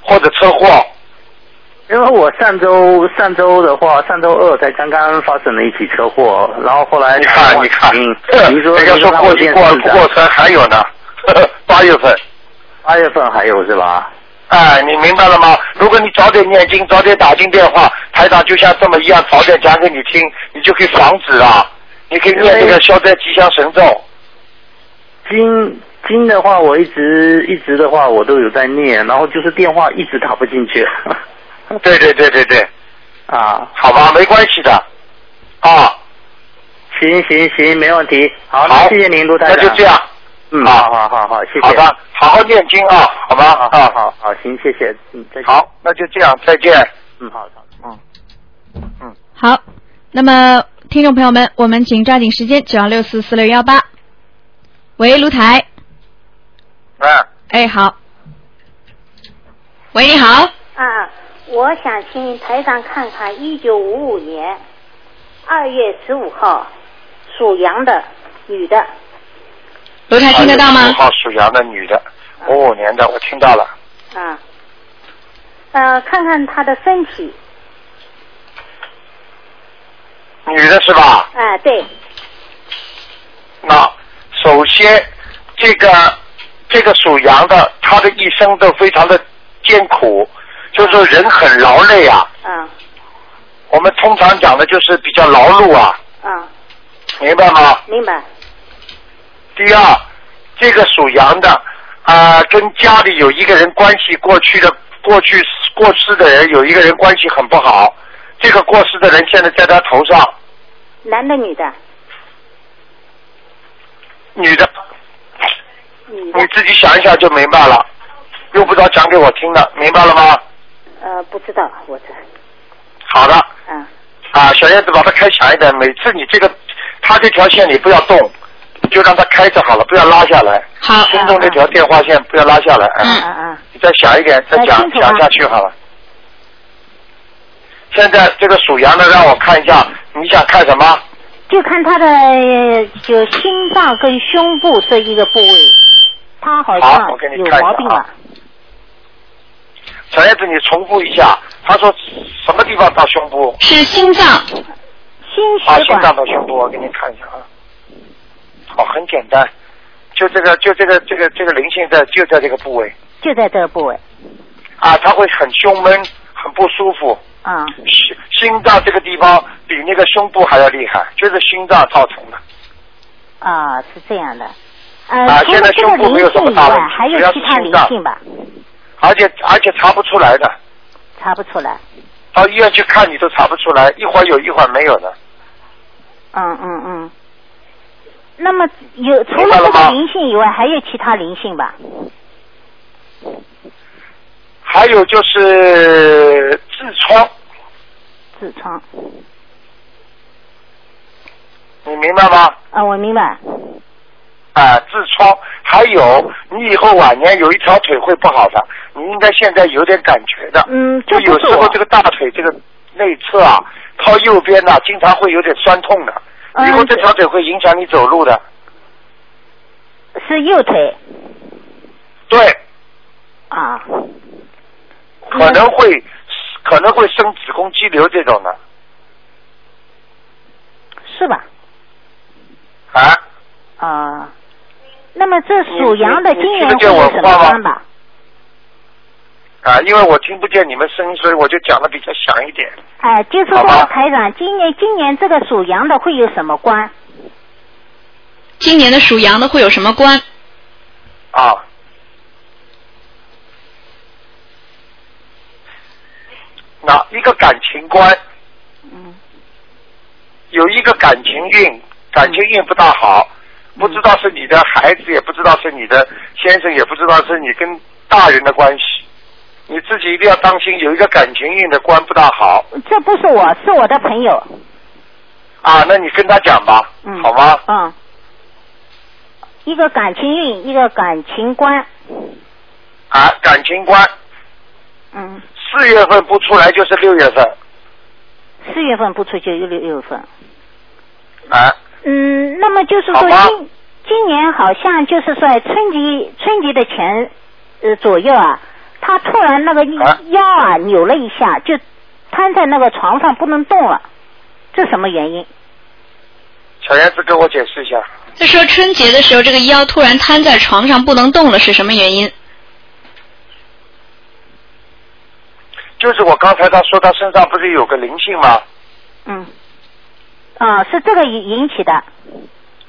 或者车祸，因为我上周上周的话，上周二才刚刚发生了一起车祸，然后后来哎你看你看，呃嗯，您说人家您说让过我去见过市不长过村还有呢， 八月份，八月份还有是吧？哎，你明白了吗？如果你早点念经，早点打进电话，台长就像这么一样，早点讲给你听，你就可以防止啊，你可以念这个消灾吉祥神咒。经经的话，我一直一直的话，我都有在念，然后就是电话一直打不进去对对对对对，啊。好吧，没关系的，啊，行行行，没问题。好好，那谢谢您，卢台那长。就这样，嗯，啊好好好好，谢谢。好的，好好念经啊，好吧？好好好好，行，谢谢，嗯，再见，好，那就这样，再见。嗯，好的。好，那么听众朋友们，我们请抓紧时间，九幺六四四六幺八。喂，卢台，哎，哎，好。喂，你好，啊，我想请台长看看一九五五年二月十五号属羊的女的，卢台听得到25吗？号属羊的女的，五五年的，我听到了。啊，呃，看看她的身体，女的是吧？啊，对，那啊首先，这个这个属羊的，他的一生都非常的艰苦，就是人很劳累啊。啊我们通常讲的就是比较劳碌啊，啊，明白吗？明白，第二，这个属羊的啊、跟家里有一个人关系，过去的过去过世的人有一个人关系很不好，这个过世的人现在在他头上，男的女的，女的，女的你，自己想一想就明白了，用不着讲给我听的，明白了吗？呃，不知道，我这，好的，啊，啊，小燕子把它开响一点，每次你这个它这条线你不要动，就让它开着好了，不要拉下来。嗯好，听众那条电话线不要拉下来，啊啊，啊你再响一点，再哎讲清楚吗讲下去好了。现在这个属羊的，让我看一下，你想看什么？就看她的呃就心脏跟胸部这一个部位，她好像好我给你有看一下毛病啊了，小燕子，你重复一下，他说什么地方到胸部？是心脏，心啊，血心脏管，到胸部，我给你看一下啊。哦，很简单，就这个，就这个，这个，这个灵性在就在这个部位。就在这个部位，啊，他会很胸闷，很不舒服。啊。心心脏这个地方比那个胸部还要厉害，就是心脏造成的。啊，是这样的。呃，啊除现了在这胸个部没灵有什性么以大问外题，还有主要其是他心灵脏性吧？而且而且查不出来的，查不出来。到医院去看你都查不出来，一会儿有一会儿没有的。嗯嗯嗯。那么有除明了白这了吗个灵性以外，还有其他灵性吧？还有就是痔疮，痔疮。你明白吗？啊，我明白。啊，痔疮，还有你以后晚年有一条腿会不好的，你应该现在有点感觉的。嗯，就这有不时是候我这。个大腿这个内侧啊，靠右边呐、经常会有点酸痛的。以后嗯，这条腿会影响你走路的。是右腿对，啊。嗯可能会可能会生子宫肌瘤这种的是吧？啊。啊。那么这你属你羊的你今听年得会见我有什话么吗关吧？啊，因为我听不见你们声音，所以我就讲的比较响一点。哎，就是好说吧台长，今年今年这个属羊的会有什么关？今年的属羊的会有什么关？啊。那一个感情观，嗯有一个感情运，感情运不大好，不知道是你的孩子，也不知道是你的先生，也不知道是你跟大人的关系，你自己一定要当心，有一个感情运的官不大好这不是我，是我的朋友。啊，那你跟他讲吧，嗯，好吗？嗯，一个感情运，一个感情观。啊，感情观，嗯，四月份不出来就是六月份，四月份不出就有六月份。啊，嗯，那么就是好说吧今今年好像就是在春节春节的前呃左右啊，他突然那个啊腰啊扭了一下，就瘫在那个床上不能动了，这什么原因？小燕子跟我解释一下，他说春节的时候这个腰突然瘫在床上不能动了，是什么原因？就是我刚才他说他身上不是有个灵性吗？嗯，啊，是这个引引起的。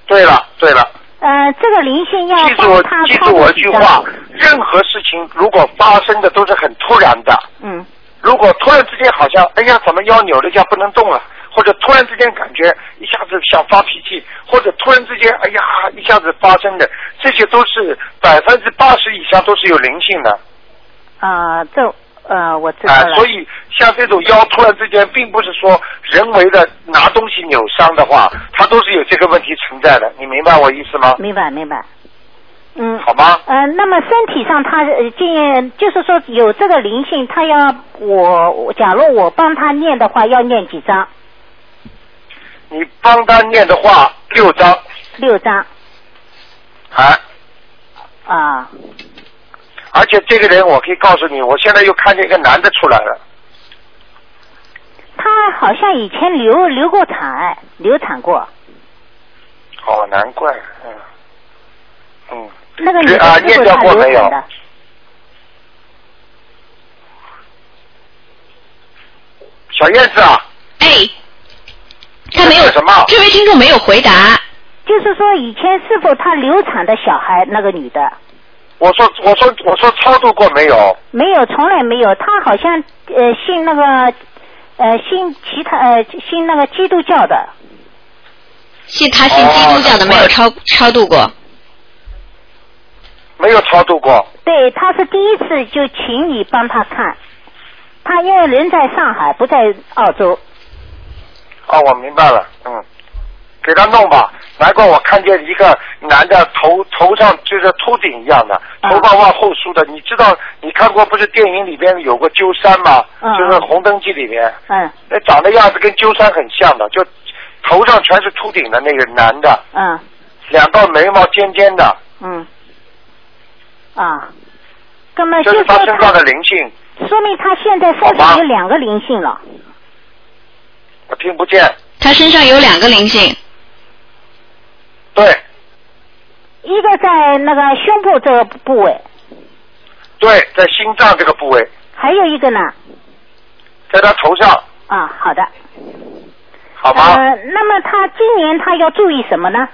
对了，对了。呃，这个灵性要记住帮我他记操住我作一几句张话，任何事情如果发生的都是很突然的。嗯如果突然之间好像，哎呀，怎么腰扭了一下不能动了，或者突然之间感觉一下子想发脾气，或者突然之间哎呀一下子发生的，这些都是百分之八十以上都是有灵性的。啊、这呃，我知道啊、了。所以像这种腰突然之间，并不是说人为的拿东西扭伤的嗯话，它都是有这个问题存在的。你明白我意思吗？明白明白。嗯，好吗？呃，那么身体上他呃，进就是说有这个灵性，他要我，我假如我帮他念的话，要念几张？你帮他念的话，六张，六张啊，啊而且这个人我可以告诉你，我现在又看见一个男的出来了，他好像以前流流过产，流产过。哦，难怪，嗯，嗯，那个女是的啊是念不是掉他过流没有产的？小燕子啊，哎，他没有这是什么这位听众没有回答。就是说以前是否他流产的小孩那个女的我说我说我说超度过没有？没有，从来没有。他好像呃信那个呃信其他呃信那个基督教的。信他信基督教的哦没有超超度过。没有超度过，对，他是第一次就请你帮他看，他因为人在上海，不在澳洲。哦，我明白了，嗯，给他弄吧。难怪我看见一个男的头头上就是秃顶一样的，嗯头发往后梳的。你知道，你看过不是电影里边有个鸠山吗？嗯就是《红灯记》里面，嗯那长得样子跟鸠山很像的，就头上全是秃顶的那个男的，嗯两道眉毛尖尖的，嗯。啊，那么这就是说他身上的他灵性。说明他现在身好吧上有两个灵性了。我听不见，他身上有两个灵性，对一个在那个胸部这个部位，对，在心脏这个部位，还有一个呢，在他头上，啊，好的，好吗？呃，那么他今年他要注意什么呢？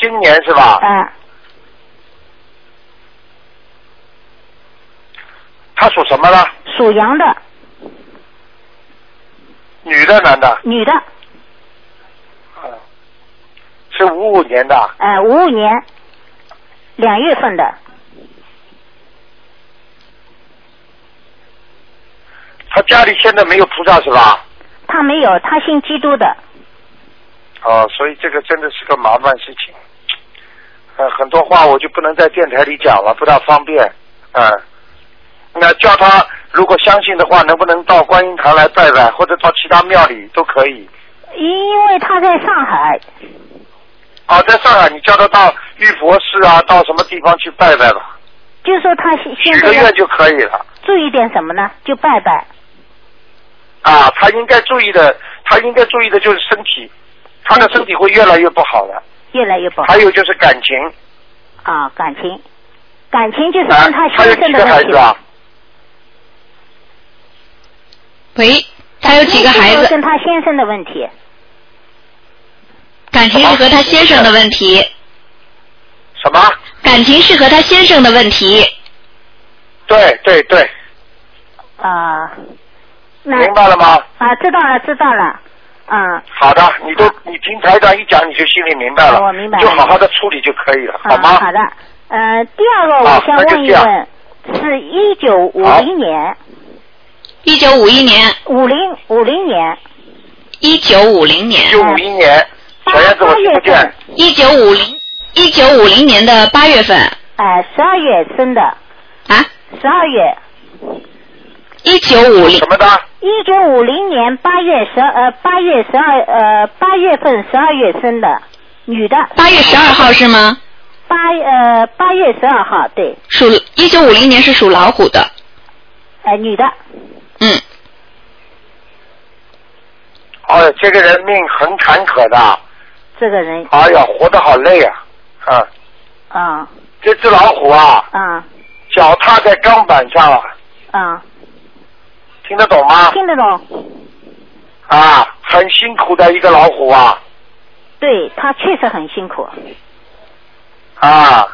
今年是吧？啊，他属什么呢？属羊的女的，男的？女的，嗯，是五五年的，呃，五五年，两月份的，他家里现在没有菩萨是吧？他没有，他信基督的，哦，所以这个真的是个麻烦事情。呃，很多话我就不能在电台里讲了，不大方便。嗯、那叫他如果相信的话，能不能到观音堂来拜拜，或者到其他庙里都可以。因因为他在上海，哦，在上海，你叫他到玉佛寺啊，到什么地方去拜拜吧，就说他现许现在个要愿就可以了。注意点什么呢？就拜拜，啊，他应该注意的，他应该注意的就是身体，他的身体会越来越不好的。越来越不好还有就是感情，啊，感情，感情就是啊跟哦他，他有先几生的个孩问题子啊了，？喂，他有几个孩就是子，跟他先生的问题，感情是和他先生的问题，什么？感情是和他先生的问题。对对对，啊，那明白了吗？啊，知道了，知道了，嗯。好的，你都你听台长一讲，你就心里明白了，我哦明白了就好好的处理就可以了，好啊，吗？啊好的，呃，第二个我想问一好问，是一九五好零年，一九五一年，五零五零年一九五零一年，九五一年，八小燕子，我八听不月份见，，一九五零，一九五零年的八月份哎、1十二月生的，啊，十二月，一九五零什，么的？一九五零年八月十呃八月十二呃八月份十二月生的，女的，八月十二号是吗？八呃八月十二号，对，属一九五零年是属老虎的，呃女的，嗯，哎，这个人命很坎坷的，这个人，哎呀，活得好累啊，啊，啊这只老虎啊，啊脚踏在钢板上啊，啊，听得懂吗？听得懂，啊，很辛苦的一个老虎啊，对他确实很辛苦，啊，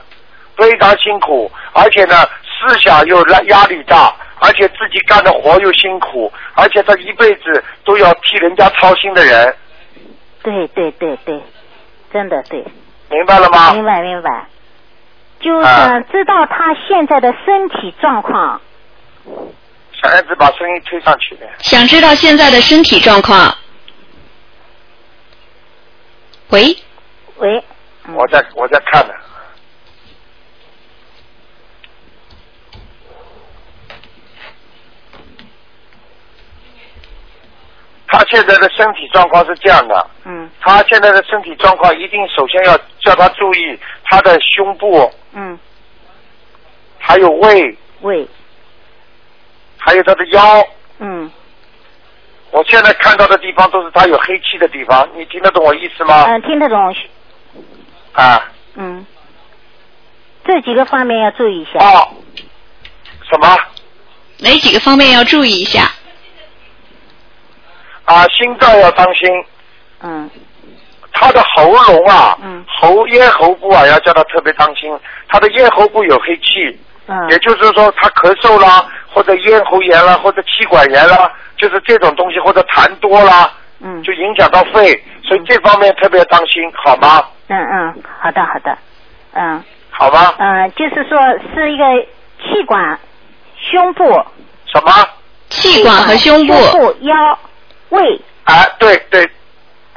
非常辛苦，而且呢，思想又压压力大，而且自己干的活又辛苦，而且他一辈子都要替人家操心的人，对对对对，真的对。明白了吗？明白明白，就想知道他现在的身体状况。小孩子把声音推上去的。想知道现在的身体状况。喂，喂，嗯我在我在看呢。他现在的身体状况是这样的，嗯他现在的身体状况一定首先要叫他注意他的胸部，嗯，还有胃，喂，还有他的腰。嗯，我现在看到的地方都是他有黑气的地方，你听得懂我意思吗？嗯，听得懂，啊，嗯，这几个方面要注意一下。哦，什么哪几个方面要注意一下？啊？心脏要当心，嗯他的喉咙啊，嗯喉咽喉部啊，要叫他特别当心，他的咽喉部有黑气，嗯也就是说他咳嗽啦，或者咽喉炎啦，或者气管炎啦，就是这种东西，或者痰多啦，嗯就影响到肺，所以这方面特别当心，好吗？嗯嗯，好的好的，嗯好吗？嗯，就是说是一个气管、胸部、什么？气管和胸部，部、腰、胃啊，对对，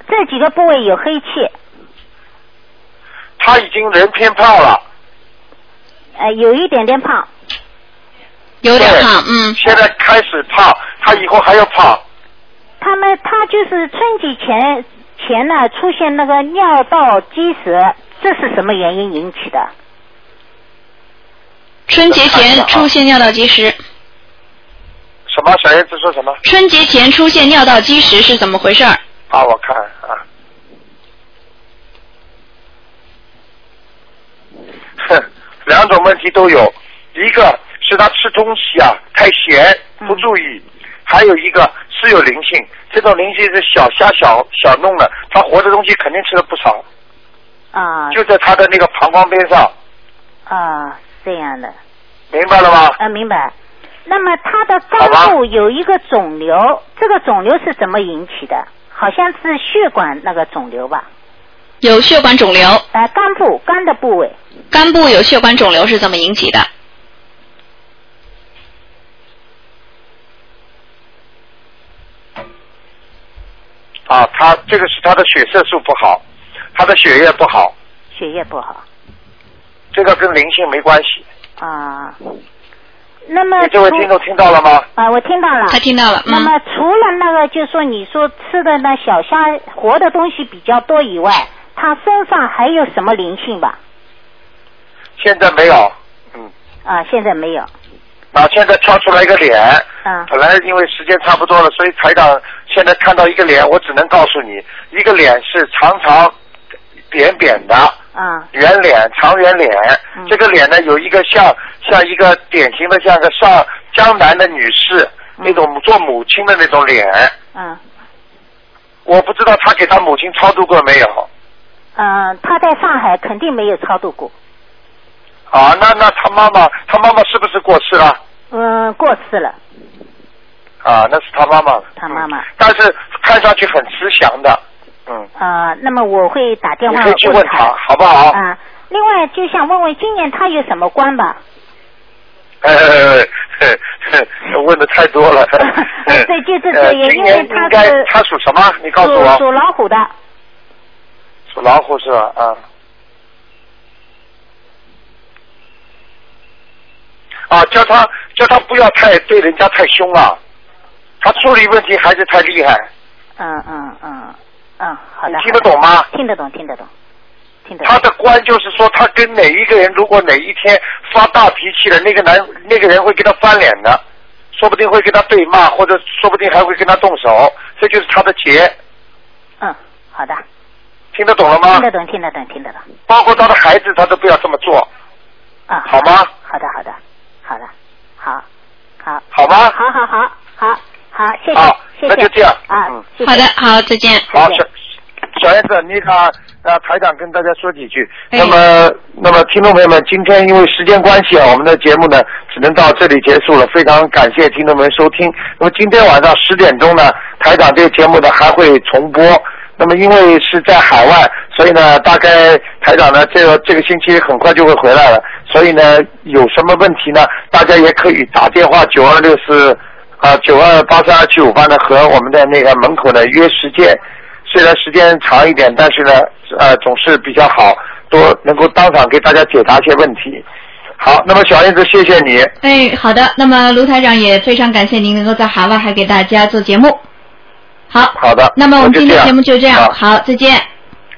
这几个部位有黑气，他已经人偏胖了，呃，有一点点胖，有点胖，嗯，现在开始胖，他以后还要胖。他们他就是春季前前呢出现那个尿道积食，这是什么原因引起的？春节看一下前啊出现尿道积食，什么？小叶子说什么？春节前出现尿道积食是怎么回事儿？啊，我看啊。 哼，两种问题都有，一个是他吃东西啊太咸不注意，还有一个是有灵性，这种灵性是小瞎小小弄的，他活的东西肯定吃了不少，啊就在他的那个膀胱边上，啊，这样的。明白了吗？啊，明白。那么他的好吧肝部有一个肿瘤，这个肿瘤是怎么引起的？好像是血管那个肿瘤吧？有血管肿瘤，呃，肝部肝的部位，肝部有血管肿瘤是怎么引起的？啊，他这个是他的血色素不好，他的血液不好，血液不好这个跟灵性没关系。啊。那么你这位听众除听到了吗？啊，我听到了。他听到了，那嗯，么除了那个，就说你说吃的那小虾活的东西比较多以外，他身上还有什么灵性吧？现在没有，嗯，啊，现在没有。啊，现在跳出来一个脸，啊本来因为时间差不多了，所以台长现在看到一个脸，我只能告诉你，一个脸是长长、扁扁的啊圆脸、长圆脸，嗯这个脸呢有一个像像一个典型的像个上江南的女士、嗯那种做母亲的那种脸，啊我不知道他给他母亲超度过没有。嗯、他在上海肯定没有超度过，啊，那那他妈妈，他妈妈是不是过世了？嗯，过世了。啊，那是他妈妈。他妈妈嗯但是看上去很慈祥的，嗯，啊，那么我会打电你话可以去问问他，好不好？啊，另外就想问问今年他有什么关吧？呃，呵呵 问的太 多了。嗯对就这呃这也今因年为他应该是他属什么？你告诉属属我。老虎的，属老虎是吧？啊。啊，叫他叫他不要太对人家太凶了，他处理问题还是太厉害。嗯嗯嗯嗯，好的你。听得懂吗好的听得懂，听得懂，听得懂他。的官就是说，他跟哪一个人，如果哪一天发大脾气了，那个男那个人会跟他翻脸的，说不定会跟他对骂，或者说不定还会跟他动手，这就是他的劫，嗯，好啊的，听得懂了吗听？得懂，听得懂，听得懂。包括他的孩子，他都不要这么做，啊，好吗？好的，好的，好的，好，好，好吗？好好好好好，谢谢好，谢谢。那就这样啊嗯，谢谢好的，好，再见。好，谢谢小小燕子，那个呃，台长跟大家说几句。哎那么，那么听众朋友们，今天因为时间关系啊，我们的节目呢只能到这里结束了。非常感谢听众们收听。那么今天晚上十点钟呢，台长这个节目呢还会重播。那么因为是在海外，所以呢，大概台长呢这个这个星期很快就会回来了。所以呢，有什么问题呢，大家也可以打电话九二六四。啊，九二八三二七五八呢，和我们的那个门口呢约时间，虽然时间长一点，但是呢，呃，总是比较好，多能够当场给大家解答一些问题。好，那么小燕子，谢谢你。哎，好的，那么卢台长也非常感谢您能够在海外还给大家做节目。好，好的，那么我们就今这天样节目就这样，啊好，再见。